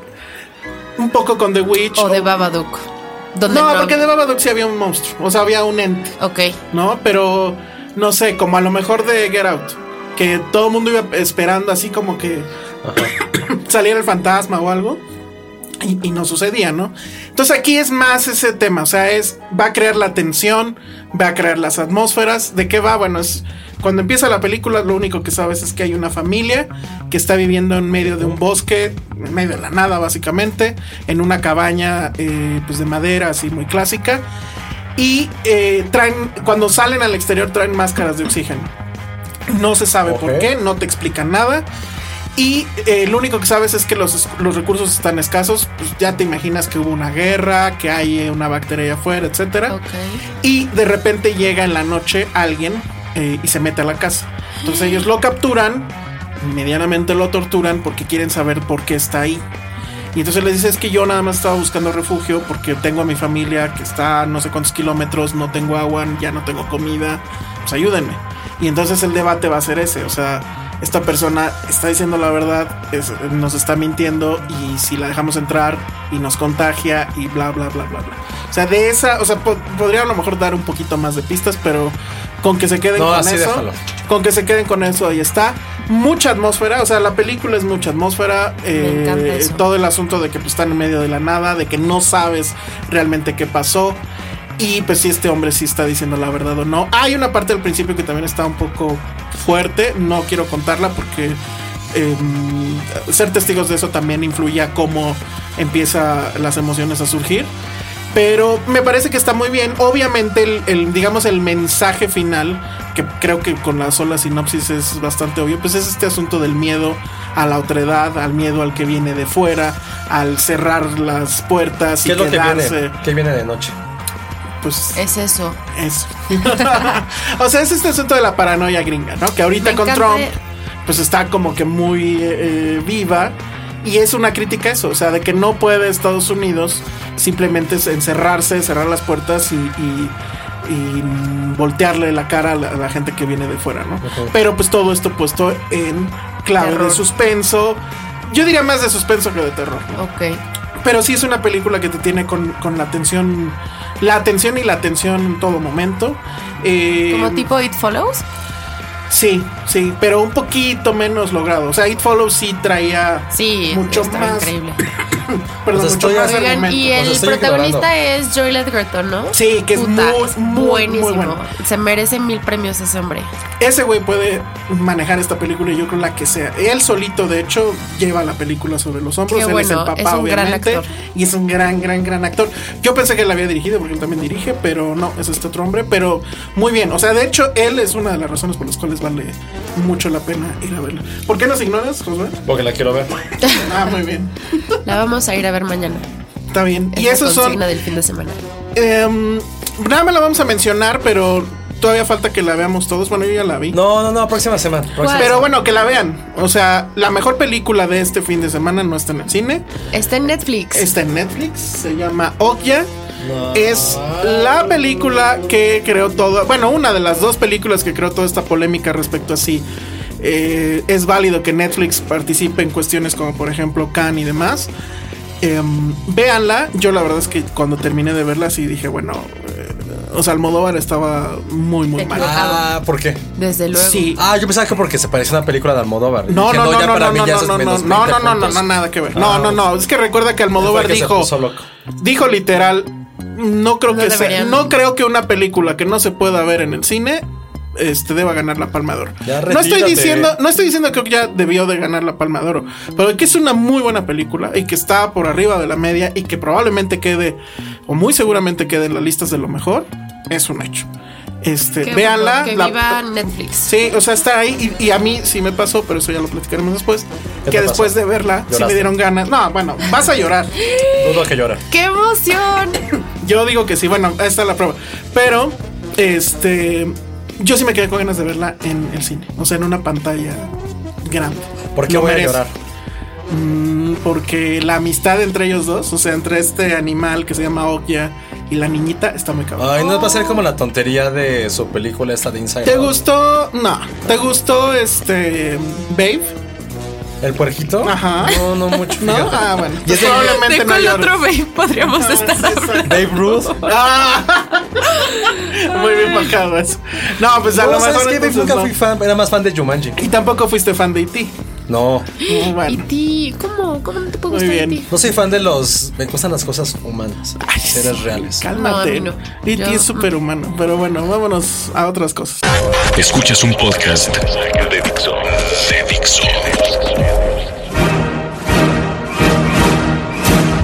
Un poco con The Witch. O de o- Babadook. Donde no, porque de Babadook sí había un monstruo, o sea, había un ente, Ok. ¿no? Pero no sé, como a lo mejor de Get Out, que todo el mundo iba esperando así como que saliera el fantasma o algo. Y, y no sucedía, ¿no? Entonces aquí es más ese tema, o sea, es va a crear la tensión, va a crear las atmósferas, ¿de qué va? Bueno, es cuando empieza la película lo único que sabes es que hay una familia que está viviendo en medio de un bosque, en medio de la nada básicamente, en una cabaña eh, pues de madera así muy clásica y eh, traen cuando salen al exterior traen máscaras de oxígeno. No se sabe por Ok. qué, no te explican nada. Y eh, lo único que sabes es que los, los recursos están escasos. Pues ya te imaginas que hubo una guerra, que hay eh, una bacteria allá afuera, etcétera. Ok. Y de repente llega en la noche alguien eh, y se mete a la casa. Entonces ellos lo capturan, medianamente lo torturan porque quieren saber por qué está ahí. Y entonces les dices que yo nada más estaba buscando refugio porque tengo a mi familia que está a no sé cuántos kilómetros, no tengo agua, ya no tengo comida, pues ayúdenme. Y entonces el debate va a ser ese, o sea, esta persona está diciendo la verdad, es- nos está mintiendo y si la dejamos entrar y nos contagia y bla, bla, bla, bla, bla. O sea, de esa, o sea, po- podría a lo mejor dar un poquito más de pistas, pero con que se queden No, con así eso. déjalo. Con que se queden con eso, ahí está. Mucha atmósfera, o sea, la película es mucha atmósfera. eh, encanta eso. todo el asunto de que pues, están en medio de la nada, de que no sabes realmente qué pasó. Y pues si este hombre sí está diciendo la verdad o no. Hay una parte del principio que también está un poco fuerte, no quiero contarla porque eh, ser testigos de eso también influye a cómo empiezan las emociones a surgir. Pero me parece que está muy bien. Obviamente, el, el, digamos, el mensaje final, que creo que con la sola sinopsis es bastante obvio, pues es este asunto del miedo a la otredad, al miedo al que viene de fuera, al cerrar las puertas ¿Qué y es lo que quedarse. viene? ¿Qué viene de noche? Pues Es eso. eso. o sea, es este asunto de la paranoia gringa, ¿no? Que ahorita Me con encanta- Trump, pues está como que muy eh, eh, viva. Y es una crítica a eso, o sea, de que no puede Estados Unidos simplemente es encerrarse, cerrar las puertas y, y- y, mm, voltearle la cara a la, a la gente que viene de fuera, ¿no? Pero pues todo esto puesto en clave de Terror. suspenso. Yo diría más de suspenso que de terror, ¿no? Ok. Pero sí es una película que te tiene con, con la atención. La atención y la atención en todo momento. Eh, Como tipo It Follows. Sí, sí, pero un poquito menos logrado. O sea, It Follows sí traía. Sí, Mucho está más. increíble. Perdón, Pues mucho estoy- más Oigan, y argumento. O sea, el estoy protagonista es Joy Ledgerton, ¿no? Sí, que es muy, muy, muy buenísimo. bueno. Se merece mil premios ese hombre. Ese güey puede manejar esta película, y yo creo la que sea. Él solito, de hecho, lleva la película sobre los hombros. Qué él es el bueno, papá, es un gran obviamente. actor. Y es un gran, gran, gran actor. Yo pensé que él la había dirigido porque él también dirige, pero no, es este otro hombre. Pero muy bien. O sea, de hecho, él es una de las razones por las cuales vale mucho la pena ir a verla. ¿Por qué nos ignoras, Josué? Porque la quiero ver. Ah, muy bien. La vamos a ir a ver mañana. Está bien. Es y la esos son. consigna del fin de semana. em, nada más la vamos a mencionar, pero todavía falta que la veamos todos. Bueno, yo ya la vi. No, no, no, próxima semana. próxima ¿Cuál? Pues, Pero bueno, que la vean. O sea, la mejor película de este fin de semana no está en el cine. Está en Netflix. Está en Netflix. Se llama Okja. Es la película que creó todo. Bueno, una de las dos películas que creó toda esta polémica respecto a si eh, es válido que Netflix participe en cuestiones como, por ejemplo, Cannes y demás. Em, véanla. Yo la verdad es que cuando terminé de verla, sí dije, bueno, eh, o sea, Almodóvar estaba muy, muy mal. Ah, ¿por qué? Desde luego. Sí. Ah, yo pensaba que porque se parece a una película de Almodóvar. No, Dije, no, no, ya no, para no, mí no, ya no, esos no, no, menos no, 20 no, no, no, puntos. Ah, nada que ver. No, no, no, es que recuerda que Almodóvar Fue que se dijo, puso loco. dijo literal, No creo No que sea- deberían. no creo que una película que no se pueda ver en el cine este deba ganar la Palma de Oro. Ya no estoy retírate. diciendo, no estoy diciendo que ya debió de ganar la Palma de Oro, pero que es una muy buena película y que está por arriba de la media y que probablemente quede o muy seguramente quede en las listas de lo mejor, es un hecho. Este, Qué véanla, bueno Que la- viva Netflix. Sí, o sea, está ahí y, y a mí sí me pasó, pero eso ya lo platicaremos después. ¿Qué Que te después pasó? de verla, sí me ¿Lloraste? dieron ganas. No, bueno, vas a llorar. Dudo que llora. ¡Qué emoción! Yo digo que sí, bueno, ahí está la prueba. Pero, este, yo sí me quedé con ganas de verla en el cine, o sea, en una pantalla grande. ¿Por qué Lo voy merece. a llorar? Mm, Porque la amistad entre ellos dos, o sea, entre este animal que se llama Okya y la niñita, está muy cabrón. Ay, no va a ser como la tontería de su película esta de Inside. ¿Te Out. gustó? No. ¿Te gustó este Babe? ¿El puerquito? Ajá. No, no mucho. ¿No? fíjate. Ah, bueno. Y es Pues el- probablemente ¿De no cuál llores. otro babe podríamos estar hablando? Babe Ruth. Ah. Muy bien bajado eso. No, pues a No, lo mejor ¿sabes qué? Babe entonces nunca no. fui fan, era más fan de Jumanji. Y tampoco fuiste fan de E.T. No, ¿Y Bueno. ti? ¿Cómo? ¿Cómo no te puedo Muy gustar bien. de ti? no soy fan de los. Me gustan las cosas humanas, seres reales. Cálmate. No, a mí no. E.T. Yo- es superhumano. Pero bueno, vámonos a otras cosas. Escuchas un podcast de Dixo. De Dixo.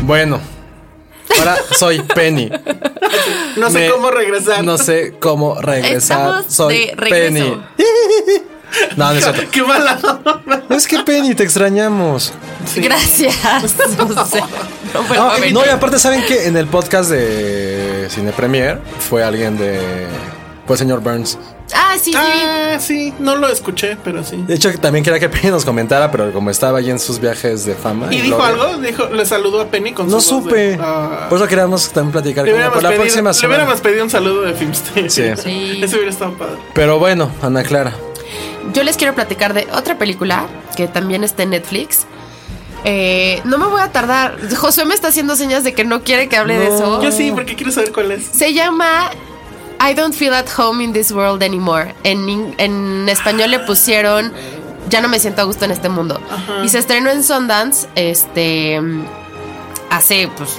Bueno, ahora soy Penny. No sé Me- cómo regresar. No sé cómo regresar. Estamos soy de regreso. Penny. No, no es cierto. Qué mala onda. Es que Penny, te extrañamos. Gracias. O sea, no, vuelvo Ah, Ah, No, a venir. no, y aparte, ¿saben que En el podcast de Cine Premier fue alguien de. Fue el señor Burns. Ah, sí, sí. Ah, sí. No lo escuché, pero sí. De hecho, también quería que Penny nos comentara, pero como estaba allí en sus viajes de fama. ¿Y y dijo gloria- algo? Dijo, le saludó a Penny con No su voz supe. de- Ah. Por eso queríamos también platicar le con ella. hubiéramos, Por la pedido, próxima le semana. hubiéramos pedido un saludo de Filmster. Sí. Sí. Eso hubiera estado padre. Pero bueno, Ana Clara. Yo les quiero platicar de otra película que también está en Netflix. Eh, no me voy a tardar. Josué me está haciendo señas de que no quiere que hable de eso. Yo Oh. sí, porque quiero saber cuál es. Se llama I Don't Feel at Home in This World Anymore. En, in- en español le pusieron Ya no me siento a gusto en este mundo. Y se estrenó en Sundance este, mm, hace, pues,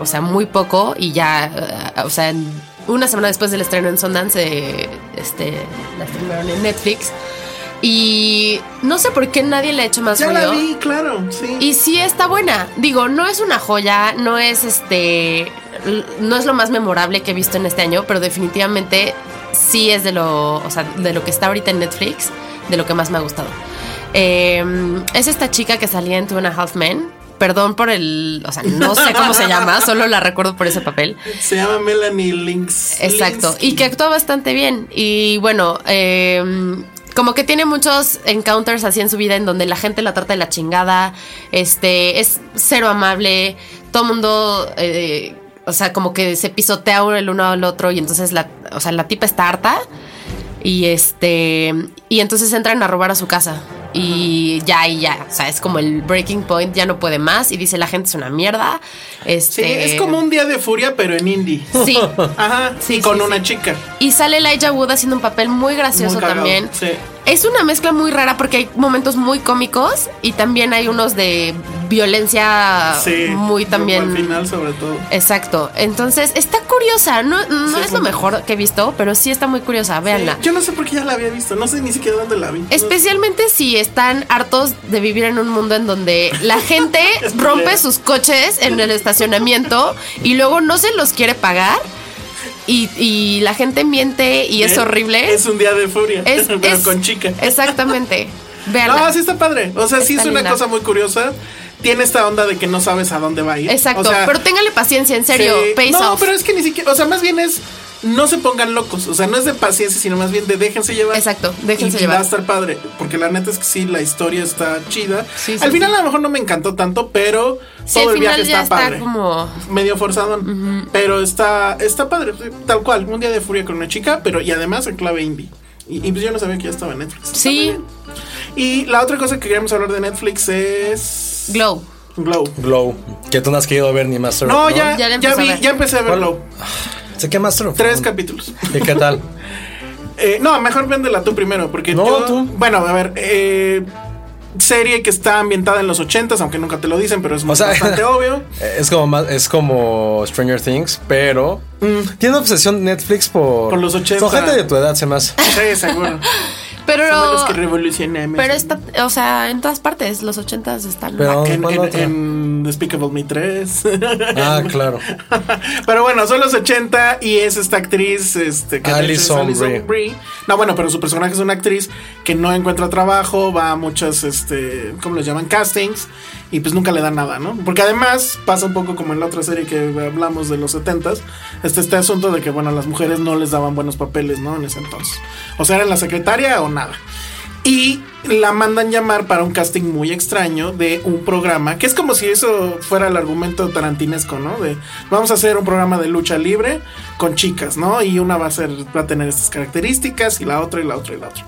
o sea, muy poco. Y ya, eh, o sea, en- una semana después del estreno en Sundance, eh, este, la estrenaron en Netflix. Y no sé por qué nadie le ha hecho más Ya la ruido. vi, claro. Sí. Y sí está buena. Digo, no es una joya, no es este. l- No es lo más memorable que he visto en este año, pero definitivamente sí es de lo. O sea, de lo que está ahorita en Netflix, de lo que más me ha gustado. Eh, es esta chica que salía en Two and a Half Men. Perdón por el. O sea, no sé cómo se llama, solo la recuerdo por ese papel. Se llama Melanie Lynx. Exacto. Y que actúa bastante bien. Y bueno, eh, como que tiene muchos encounters así en su vida en donde la gente la trata de la chingada. Este es cero amable. Todo mundo. eh, o sea, como que se pisotea uno el uno al otro. Y entonces la, o sea, la tipa está harta. Y este. Y entonces entran a robar a su casa. Y ya, y ya. O sea, es como el breaking point. Ya no puede más. Y dice la gente es una mierda. Sí, Este. es como un día de furia, pero en indie. Sí. Ajá. Sí, y con sí, una sí. chica. Y sale Elijah Wood haciendo un papel muy gracioso Muy cagado, también. sí. Es una mezcla muy rara porque hay momentos muy cómicos y también hay unos de violencia Sí. Ah, muy también. Al final, sobre todo. Exacto. Entonces, está curiosa. No, no Sí, es lo muy- mejor que he visto, pero sí está muy curiosa. Véanla. Sí, Yo no sé por qué ya la había visto. No sé ni siquiera dónde la vi. Especialmente si están hartos de vivir en un mundo en donde la gente rompe sus coches en el estacionamiento y luego no se los quiere pagar y, y la gente miente y es Eh, horrible. Es un día de furia. Es- pero es- con chica. Exactamente. Véanla. No, sí está padre. O sea, sí Está es una linda. cosa muy curiosa. Tiene esta onda de que no sabes a dónde va a ir. Exacto. O sea, pero téngale paciencia, en serio. Sí. Pays no, off. pero es que ni siquiera, o sea, más bien es no se pongan locos, o sea, no es de paciencia, sino más bien de déjense llevar. Exacto, déjense Y llevar. Va a estar padre, porque la neta es que sí, la historia está chida. Sí, sí, Al final sí. a lo mejor no me encantó tanto, pero Sí, todo al el viaje final ya está está padre. como. Medio forzado, pero está está padre, sí, tal cual, un día de furia con una chica, pero y además en clave indie. Y, y pues yo no sabía que ya estaba en Netflix. Está muy Sí, bien. Y la otra cosa que queríamos hablar de Netflix es Glow. Glow. Glow. Que tú no has querido ver ni Master No, of None. ya, Ya la ya, empecé a vi, ver. ya empecé a ver Glow. ¿Sé qué Master of Tres None? capítulos. ¿Y qué tal? Eh, no, mejor véndela tú primero, porque No, yo- tú. Bueno, a ver, eh, serie que está ambientada en los 80s, aunque nunca te lo dicen, pero es O sea, bastante obvio. Es como más, es como Stranger Things, pero tiene obsesión Netflix por, Mm. Por los 80. Son gente de tu edad, se más. Sí, seguro. Pero. Son de los que revolucionan. Pero está, o sea, en todas partes, los ochentas están. Pero- En, ¿Cuál en- otra? en Despicable Me 3. Ah, claro. pero bueno, son los 80 y es esta actriz este, que de hecho es Alison Alison Brie. Brie. No, bueno, pero su personaje es una actriz que no encuentra trabajo, va a muchas, este, ¿cómo les llaman? Castings y pues nunca le dan nada, ¿no? Porque además pasa un poco como en la otra serie que hablamos de los 70 este, este asunto de que, bueno, las mujeres no les daban buenos papeles, ¿no? En ese entonces. O sea, era la secretaria o nada. Y la mandan llamar para un casting muy extraño de un programa, que es como si eso fuera el argumento tarantinesco, ¿no? De vamos a hacer un programa de lucha libre con chicas, ¿no? Y una va a ser, va a tener estas características, y la otra, y la otra, y la otra.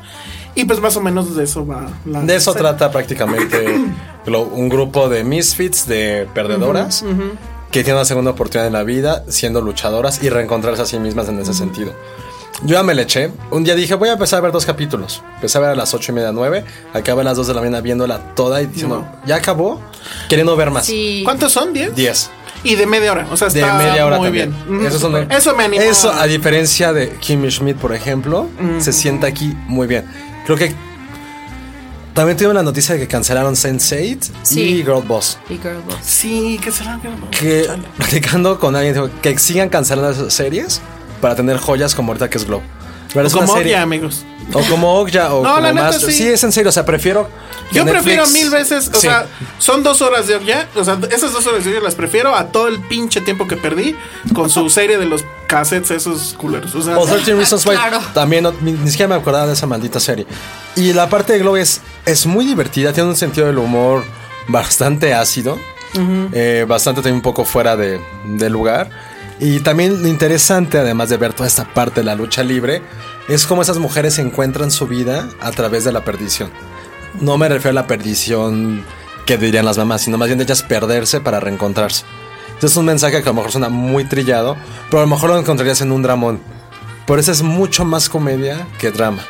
Y pues más o menos de eso va la De eso serie. trata prácticamente lo- un grupo de misfits, de perdedoras, que tienen una segunda oportunidad en la vida siendo luchadoras y reencontrarse a sí mismas en ese sentido. Yo ya me le eché. Un día dije, voy a empezar a ver dos capítulos. Empecé a ver a las ocho y media, nueve. Acabé a las 2 de la mañana viéndola toda y diciendo, ya acabó, queriendo ver más. Sí. ¿Cuántos son? ¿10? 10. Y de media hora. O sea, De está media hora muy también. bien. Ujú. Eso, es donde- Eso me animó. Eso, a diferencia de Kimmy Schmidt, por ejemplo, se sienta aquí muy bien. Creo que también tuvimos la noticia de que cancelaron Sense8 y Sí. Girl Boss. Y Girl Boss. Sí, que será Que platicando con alguien dijo que sigan cancelando esas series para tener joyas como ahorita que es Glow. Pero es una Como serie- ya, amigos. O como Okja o No, como la neta, Master. sí. Sí. es en serio. O sea, prefiero. que Yo prefiero Netflix- mil veces, o Sí. sea, son dos horas de ya, o sea, esas dos horas de ya las prefiero a todo el pinche tiempo que perdí con su serie de los cassettes esos culeros. O sea, O 13 Reasons Why. Claro. También no- ni, ni siquiera me acordaba de esa maldita serie. Y la parte de Globe es, es muy divertida, tiene un sentido del humor bastante ácido, eh, bastante también un poco fuera de, de lugar. Y también lo interesante, además de ver toda esta parte de la lucha libre, es cómo esas mujeres encuentran su vida a través de la perdición. No me refiero a la perdición que dirían las mamás, sino más bien de ellas perderse para reencontrarse. Entonces es un mensaje que a lo mejor suena muy trillado, pero a lo mejor lo encontrarías en un dramón. Por eso es mucho más comedia que drama.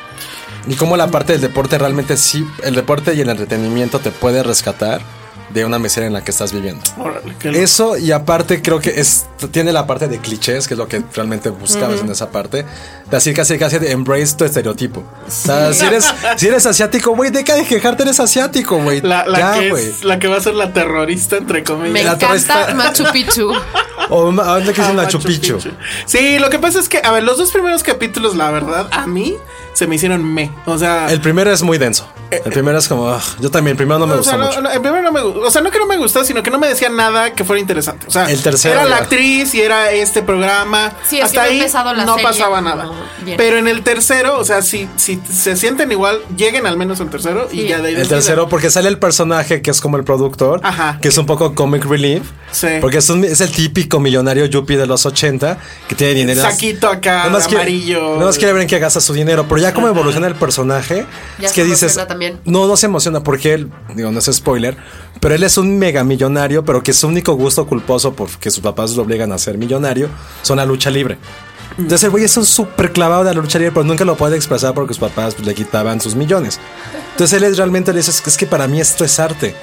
Y como la parte del deporte realmente sí, el deporte y el entretenimiento te puede rescatar de una miseria en la que estás viviendo. órale, qué loco. Eso y aparte creo que es, tiene la parte de clichés, que es lo que realmente buscabas en esa parte. De así casi casi de embrace tu estereotipo. O sea, si eres, si eres asiático, güey, deja de quejarte, eres asiático, güey. la, la Ya, que güey. es, la que va a ser la terrorista entre comillas. Me La encanta torre está- Machu Picchu. O ma- ahora que es Ah, una Machu chupicho. Picchu. Sí, lo que pasa es que, a ver, los dos primeros capítulos, la verdad, a mí se me hicieron me. O sea, El primero es muy denso. El primero es como, ah, yo también, el primero no me o gustó sea, no, mucho. no, el primero no me gustó. O sea, no que no me gustó, sino que no me decía nada que fuera interesante. O sea, El tercero, era la ya. actriz y era este programa. Sí, es que Hasta no he ahí empezado la no serie, pasaba no, nada. bien. Pero en el tercero, o sea, si, si se sienten igual, lleguen al menos al tercero y Sí. ya de ahí El deciden. tercero, porque sale el personaje que es como el productor, Ajá. que es un poco comic relief. Sí. Porque es, un- es el típico millonario yuppie de los 80 que tiene dinero. Saquito acá, Nada más quiere- amarillo. nada más quiere ver en qué gasta su dinero. Pero ya como evoluciona el personaje, Ya es se que dices. emociona también. No, no se emociona porque él, digo, no es spoiler, pero él es un mega millonario, pero que su único gusto culposo porque sus papás lo obligan a ser millonario son la lucha libre. Entonces el güey es un súper clavado de la lucha libre, pero nunca lo puede expresar porque sus papás pues, le quitaban sus millones. Entonces él es realmente le dice, "Es que- es que para mí esto es arte.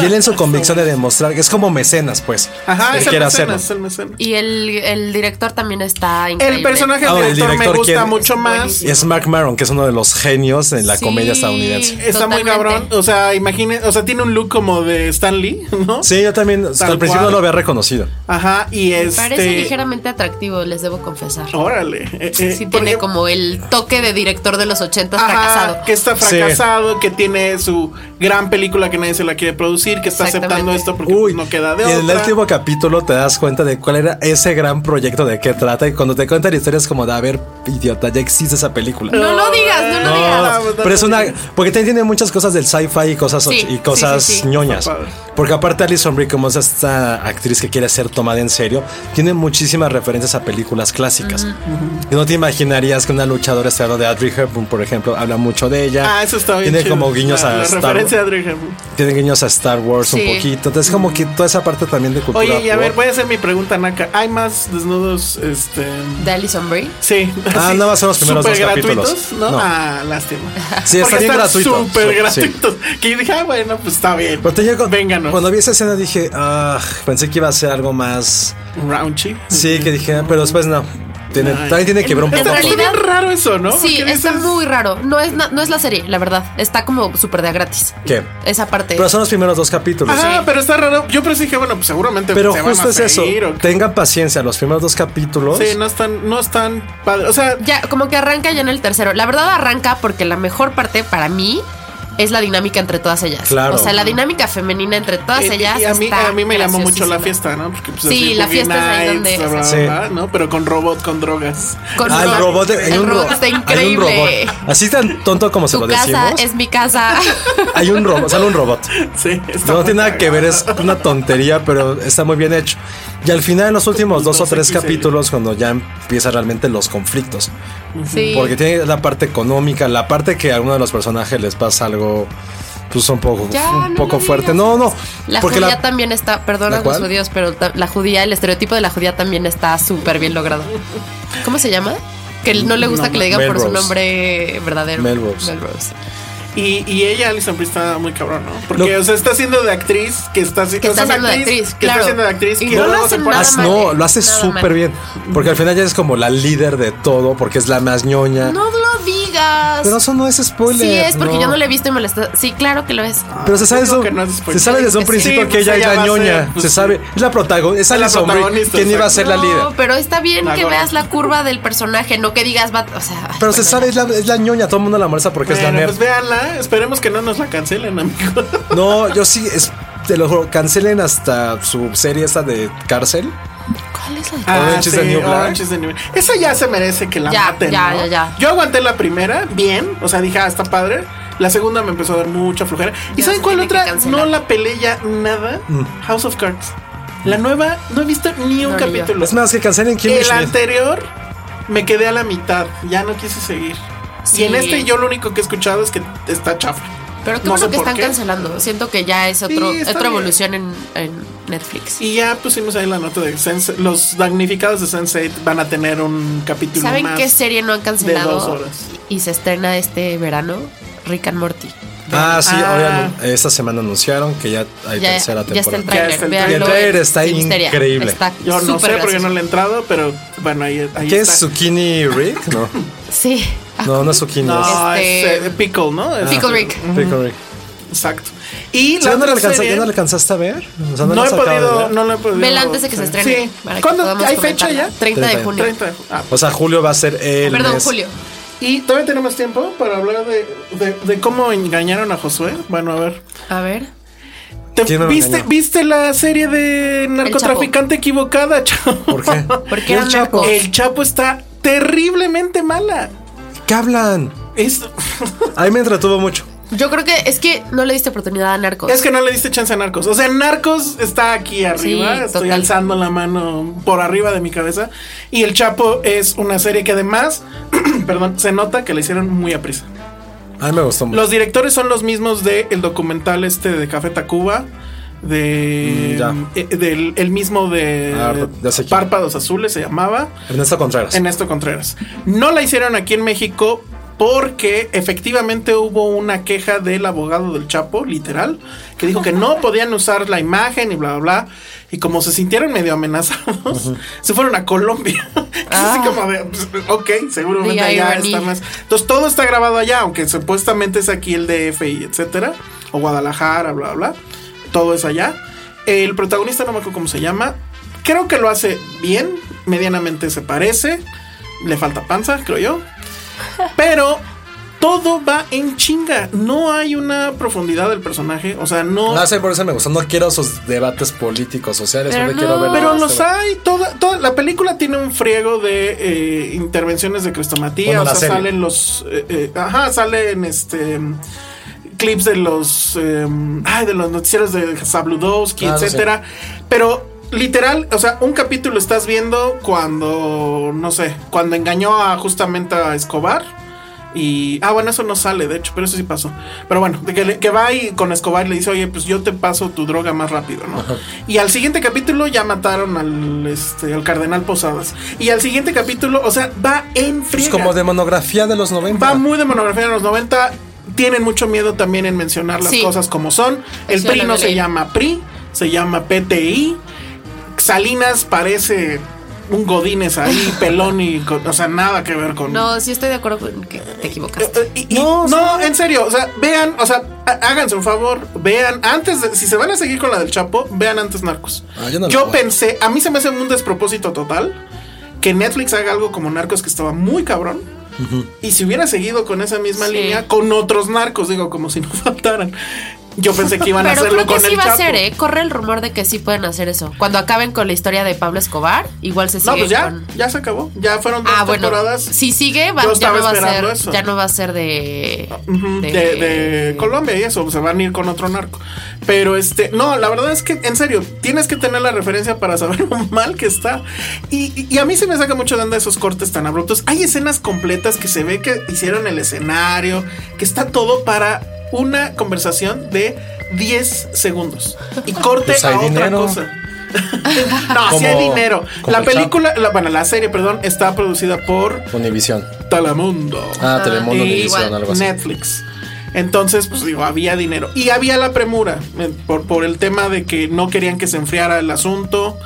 Y él en su convicción de demostrar, que es como mecenas, pues. Ajá, él es el quiere mecenas, es hacerlo. el mecenas. Y el, el director también está increíble. El personaje del Ah, bueno, el director, me director gusta quiere- mucho más. Y es Mark Maron, que es uno de los genios de la Sí. comedia estadounidense. Está muy Totalmente. cabrón. O sea, imaginen, o sea, tiene un look como de Stan Lee, ¿no? Sí, yo también hasta Tal al principio cual. no lo había reconocido. Ajá, y Me este. Parece ligeramente atractivo, les debo confesar. Órale. eh, eh, Sí, porque- tiene como el toque de director de los ochentas Ajá, fracasado. Que está Sí. fracasado, que tiene su gran película que nadie se la quiere producir, que está Exactamente. aceptando esto porque pues, Uy, no queda de y en el otra. último capítulo te das cuenta de cuál era ese gran proyecto de qué trata. Y cuando te cuentan historias como de, a ver, idiota, ya existe esa película. No lo digas, no lo No, digas. pues, pero es una. Porque también tiene muchas cosas del sci-fi y cosas, Sí, y cosas sí, sí, sí. ñoñas. Está padre. Porque aparte, Alison Brie, como es esta actriz que quiere ser tomada en serio, tiene muchísimas referencias a películas clásicas. Y no te imaginarías que una luchadora esté hablando de Audrey Hepburn, por ejemplo, habla mucho de ella. Ah, eso está bien tiene chido. como guiños La- a la Star referencia de Wars. Drew Hemsworth. Tiene guiños a Star Wars Sí. un poquito. Entonces, como que toda esa parte también de cultura. Oye, y a pop. ver, voy a hacer mi pregunta, Naka. ¿Hay más desnudos? Este. De Alison Brie. Sí. Ah, así, nada más son los primeros súper dos capítulos. gratuitos, ¿no? No. Ah, lástima. Sí, está Porque bien están gratuito. Súper Sí. gratuitos. Que yo dije, ah, bueno, pues está bien. Pero te digo, Vénganos. Cuando vi esa escena dije, ah, pensé que iba a ser algo más. Raunchy. Sí, que dije, ah, pero después no. Tiene, también tiene que ver un Está- poco. En está con- realidad- bien raro eso, ¿no? Sí, Porque está dices, muy raro. No es, na- no es la serie, la verdad. Está como súper de a gratis. ¿Qué? Esa parte. Pero son los primeros dos capítulos. Ajá, pero está raro. Yo pensé que, bueno, pues seguramente Pero se justo van a es eso. freír o qué. Tengan paciencia. Los primeros dos capítulos. Sí, no están, no están padres. O sea, Ya, como que arranca ya en el tercero. La verdad arranca porque la mejor parte para mí es la dinámica entre todas ellas. Claro. O sea, la dinámica femenina entre todas y- y- ellas. eh, y a mí, está a mí me llamó mucho la graciosísima. fiesta, ¿no? Porque, pues, Sí, así, la Boogie fiesta es ahí Nights, donde- bla, bla, Sí. bla, ¿no? Pero con robot, con drogas. Con Ah, el Robot. robot, hay El un robot ro- está hay un increíble. robot. Así tan tonto como se Tu lo casa decimos. es mi casa. Hay un robot, sale un robot. Sí, está No muy tiene nada que ver, es cagado. una tontería, pero está muy bien hecho. Y al final, en los últimos dos o tres XL. capítulos, cuando ya empiezan realmente los conflictos. sí. Porque tiene la parte económica, la parte que a uno de los personajes les pasa algo, pues un poco, Ya, un no poco lo fuerte. digas. No, no. La porque judía la- también está, perdón ¿La a los cuál? judíos, pero ta- la judía, el estereotipo de la judía también está súper bien logrado. ¿Cómo se llama? Que no le gusta que le digan por su Melrose. nombre verdadero. Melrose. Y, y ella, Alison Brie, está muy cabrón, ¿no? Porque, Lo- o sea, está siendo de actriz, que está, si- Que o está sea, es siendo de actriz, que claro. está siendo de actriz, Y que no lo luego hacen se pone- nada Haz- mal, no, eh. lo hace Nada súper mal. bien. Porque al final ya es como la líder de todo, porque es la más ñoña. No lo digas. Pero eso no es spoiler. sí, es porque yo no le he visto y me lo está. Sí, claro que lo es. Pero se sabe, Yo digo eso- que no es spoiler. se sabe desde un Sí, principio pues que ella es ella va la a ser, ñoña. pues se sí. sabe. Es la protagonista. Es la Alison Brie, protagonista, ¿Quién iba a exacto. ser la No, líder? pero está bien La que gorda. veas la curva del personaje, no que digas, va- o sea, ay, Pero se bueno, sabe, ya. es la, es la ñoña. Todo el mundo la molesta porque es la Bueno, nerd. pues véanla, esperemos que no nos la cancelen, amigo. No, yo sí, es- te lo juro, cancelen hasta su serie esta de cárcel. ¿Cuál es la de- Orange is the New Black. Ah, Orange is the New Black. Esa ya se merece que la Ya, maten, ya, ¿no? ya, ya. Yo aguanté la primera bien, o sea, dije, ah, está padre. La segunda me empezó a dar mucha flojera. ¿Y Ya saben se cuál tiene que otra? cancelar. No la peleé ya nada. Mm. House of Cards. La nueva, no he visto ni un No, ni yo. capítulo. Es más, que cancelen Kimmy el Schmidt. anterior me quedé a la mitad, ya no quise seguir. Sí. Y en este yo lo único que he escuchado es que está chafa. Pero qué No bueno sé que por están qué. cancelando. Siento que ya es otro, Sí, está otra bien. evolución en, en Netflix. Y ya pusimos ahí la nota de Sense- los damnificados de Sense8 van a tener un capítulo ¿Saben más. qué serie no han cancelado? de dos horas. Y se estrena este verano, Rick and Morty. Ah, sí, Ah. oigan, esta semana anunciaron que ya hay Ya, tercera ya está temporada. el Ya está tráiler. el véanlo tráiler. El tráiler en está Filmsteria. increíble. Está Yo no súper sé porque no gracioso. le he entrado, pero bueno, ahí, ahí ¿Qué está. es Zucchini Rick? No, Sí. no, no es Zucchini. es No, Este- es eh, Pickle, ¿no? Es- Pickle Rick. Pickle Rick. Exacto. Y ¿Ya la no, la otra alcanza- serie- ya no la alcanzaste a ver? O sea, no, la he has acabado de podido, ver. no la he podido. Vela antes de que se estrene. Sí. para que ¿Cuándo podamos hay fecha ya? comentarla. 30 de 30. junio. 30. de- ah, O sea, julio va a ser el. Perdón, mes. Julio. Y todavía tenemos tiempo para hablar de, de- de cómo engañaron a Josué. Bueno, a ver. A ver. ¿Te- ¿Quién me viste, engañó? ¿Viste la serie de narcotraficante equivocada, chavo? ¿Por qué? ¿Por qué ¿Y el eran Chapo? narcos? El Chapo está terriblemente mala. ¿Qué hablan? Es, A mí me entretuvo mucho. Yo creo que es que no le diste oportunidad a Narcos. es que no le diste chance a Narcos. O sea, Narcos está aquí arriba. Sí, Estoy total. alzando la mano por arriba de mi cabeza. Y El Chapo es una serie que además, perdón, se nota que la hicieron muy a prisa. A mí me gustó mucho. Los directores son los mismos de el documental este de Café Tacuba. De, Mm, ya. eh, del el mismo de Ah, ya sé quién. Párpados Azules se llamaba Ernesto Contreras. Ernesto Contreras. No la hicieron aquí en México porque efectivamente hubo una queja del abogado del Chapo, literal, que dijo que no podían usar la imagen y bla, bla, bla. Y como se sintieron medio amenazados, se fueron a Colombia. Entonces, así como de, pues, ok, seguramente The allá irony. está más. Entonces todo está grabado allá, aunque supuestamente es aquí el DF y etcétera, o Guadalajara, bla, bla. Todo es allá. El protagonista, no me acuerdo cómo se llama, creo que lo hace bien, medianamente se parece, le falta panza, creo yo. Pero todo va en chinga, no hay una profundidad del personaje, o sea, no... No sé, por eso me gustó. No quiero esos debates políticos, sociales. Pero solo no. quiero ver. Pero los los hay, toda, toda la película tiene un friego de eh, intervenciones de crestomatía, Bueno, o la sea, serie. salen los, eh, eh, ajá, salen este mm, clips de los, eh, ay, de los noticieros de Zabludowski, Ah, eso sí. etcétera, pero literal, o sea, un capítulo estás viendo cuando, no sé, cuando engañó a justamente a Escobar. Y. Ah, bueno, eso no sale, de hecho, pero eso sí pasó. Pero bueno, de que, le- que va y con Escobar y le dice, oye, pues yo te paso tu droga más rápido, ¿no? Y al siguiente capítulo ya mataron al, este, al Cardenal Posadas. Y al siguiente capítulo, o sea, va en Es friega. Pues como de monografía de los 90. Va muy de monografía de los 90. Tienen mucho miedo también en mencionar las Sí. cosas como son. El Sí, PRI lo no se leí. llama PRI, se llama PTI. Salinas parece un Godínez ahí, pelón y. co- O sea, nada que ver con. No, sí estoy de acuerdo con que te equivocaste. Eh, Y- y- no, en serio, o sea, vean, o sea, há- háganse un favor, vean, antes, de- si se van a seguir con la del Chapo, vean antes Narcos. Ah, yo no la voy. pensé, a mí se me hace un despropósito total que Netflix haga algo como Narcos que estaba muy cabrón. Y si hubiera seguido con esa misma Sí. línea, con otros narcos, digo, como si no faltaran. Yo pensé que iban a Pero hacerlo creo que con sí el va a Chapo. ser, ¿eh? Corre el rumor de que sí pueden hacer eso. Cuando acaben con la historia de Pablo Escobar, igual se sigue No, pues ya, con- ya se acabó. Ya fueron dos Ah, bueno. temporadas. Si sigue, va- Yo ya, estaba no va a ser, esperando eso. ya no va a ser de. Ujú, de, de Colombia y eso, se van a ir con otro narco. Pero este, no, la verdad es que, en serio, tienes que tener la referencia para saber lo mal que está. Y, y- y a mí se me saca mucho de onda esos cortes tan abruptos. Hay escenas completas que se ve que hicieron el escenario, que está todo para una conversación de 10 segundos. Y corte Pues hay a otra dinero. cosa. no, si hay Como- dinero. como La el Chapo. película, la- bueno, la serie, perdón, está producida por Univisión. Talamundo Ah, Telemundo, y Univisión, igual, algo así. Netflix. Entonces, pues digo, había dinero. Y había la premura eh, por, por el tema de que no querían que se enfriara el asunto.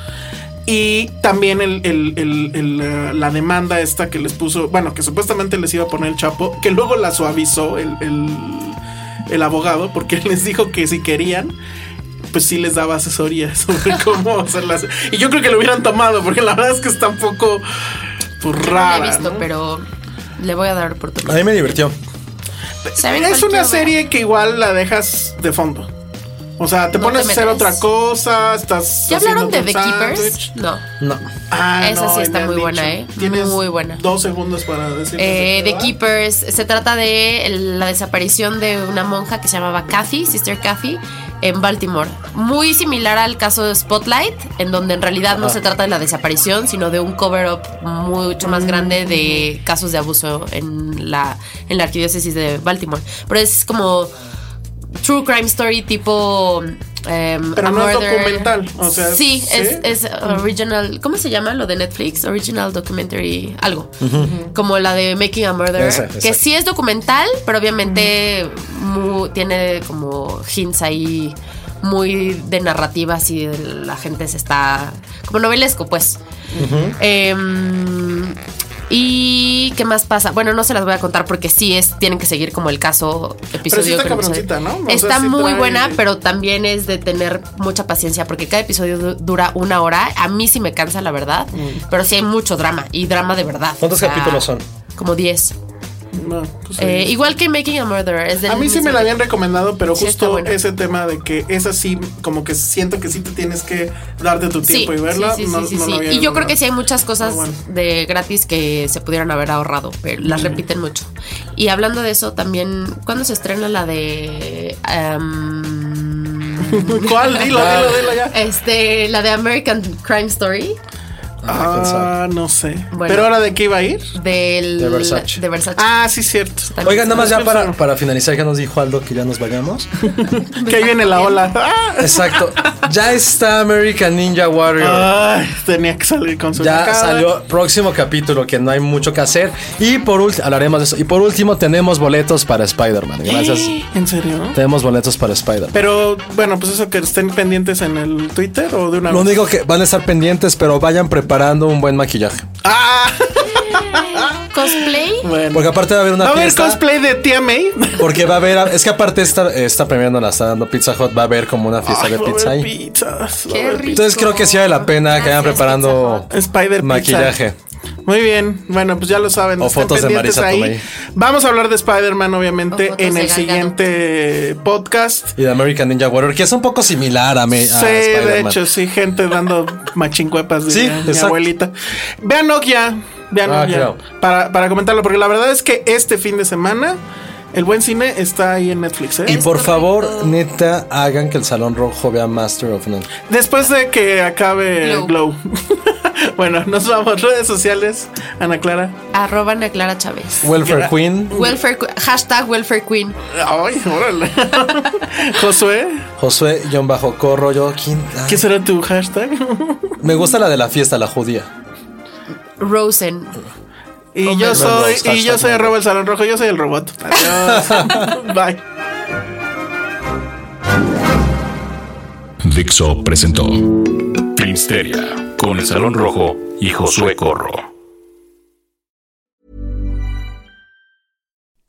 Y también el- el- el- el, eh, la demanda esta que les puso, bueno, que supuestamente les iba a poner el chapo, que luego la suavizó el, el- el abogado, porque les dijo que si querían, pues sí les daba asesoría sobre cómo hacerlas. Y yo creo que lo hubieran tomado, porque la verdad es que está un poco pues, No rara. la he visto, ¿no? pero le voy a dar A oportunidad. mí me divirtió. ¿Saben Es una cuál quiero ver? serie que igual la dejas de fondo. O sea, te No pones te a hacer metes. otra cosa, estás. ¿Ya hablaron de haciendo The tu Keepers? sándwich. No. No. Ah, Esa no, sí me está han muy buena, dicho. ¿eh? Tienes Muy buena. Dos segundos para decir. Eh, The Keepers se trata de la desaparición de una monja que se llamaba Kathy, Sister Kathy, en Baltimore. Muy similar al caso de Spotlight, en donde en realidad Ah. no se trata de la desaparición, sino de un cover-up mucho más grande de casos de abuso en la, en la arquidiócesis de Baltimore. Pero es como true crime story tipo... em, Pero A no es Murder. documental, o sea, sí, ¿sí? Es, es original, ¿cómo se llama lo de Netflix? Original documentary, algo. Como la de Making a Murder, Esa, esa. que sí es documental, pero obviamente mu- tiene como hints ahí muy de narrativas y la gente se está como novelesco, pues. Em, y qué más pasa. Bueno, no se las voy a contar porque sí es, tienen que seguir como el caso episodio. está con episodio. cabroncita, ¿no? O sea, Está sí muy trae- buena, pero también es de tener mucha paciencia porque cada episodio du- dura una hora. A mí sí me cansa, la verdad, Mm. pero sí hay mucho drama y drama de verdad. ¿Cuántos capítulos son? Como 10. No, pues, Eh, sí. igual que Making a Murderer. Es del a mí sí mismo- me la habían recomendado, pero Sí, está justo buena. ese tema de que es así, como que siento que sí te tienes que darte tu tiempo y verla. sí, sí, no- sí, sí, no la sí. había Y yo creo que recomendado. sí hay muchas cosas Pero bueno. Mm. de gratis que se pudieron haber ahorrado, pero las repiten mucho. Y hablando de eso, también, ¿cuándo se estrena la de... em, ¿Cuál? Dilo, dilo, dilo ya. este, la de American Crime Story Ah, quién sabe. Ah, no sé. Bueno. ¿Pero ahora de qué iba a ir? del, De Versace. de Versace. Ah, sí, cierto. También Oigan, nada más ya Pensé- para, para finalizar, ya nos dijo Aldo que ya nos vayamos. Que ahí viene la ola. Ah. Exacto. Ya está American Ninja Warrior. Ay, tenía que salir con su Ya cara. salió próximo capítulo que no hay mucho que hacer. Y por último, hablaremos de eso. Y por último, tenemos boletos para Spider-Man. Gracias. ¿En serio? Tenemos boletos para Spider-Man. Pero bueno, pues eso que estén pendientes en el Twitter o de una Lo vez. único que van a estar pendientes, pero vayan preparando un buen maquillaje. Ah, Cosplay. bueno. Porque aparte va a haber ¿Va una a haber fiesta. cosplay de tía May? Porque va a haber. Es que aparte esta, esta premia nos la está dando Pizza Hut. Va a haber como una fiesta Ay, de va a pizza haber ahí. pizzas, va a Qué haber rico. Entonces creo que sí vale la pena que vayan Gracias, preparando pi- Spider pizza. maquillaje. Muy bien. Bueno, pues ya lo saben. O estén fotos de pendientes Marisa ahí. Tomei. Vamos a hablar de Spider-Man, obviamente, O fotos en de el Gal Gadot. siguiente podcast. Y de American Ninja Warrior, que es un poco similar a, me, Eh, a Sí, de Spider-Man. hecho, sí, gente dando machincuepas de Sí, mi, mi exacto. abuelita. Vean Nokia, vean Ah, Nokia, claro. para, para comentarlo, porque la verdad es que este fin de semana el buen cine está ahí en Netflix. ¿eh? Y por favor, neta, hagan que el Salón Rojo vea Master of None. Después de que acabe Glow. Glow. Bueno, nos vamos. Redes sociales, Ana Clara. Arroba Ana Clara Chávez. Welfare Queen, Welfare, que- hashtag Welfare Queen. Ay, órale. Josué, Josué-Corro, yo, ¿quién? Ah, ¿qué será tu hashtag? Me gusta la de la fiesta, la judía. Rosen. Y yo Hombre, soy, los y yo hashtags, soy ¿no? arroba el salón rojo, yo soy el robot. Adiós. Bye. Dixo presentó Filmsteria con el Salón Rojo y Josué Corro.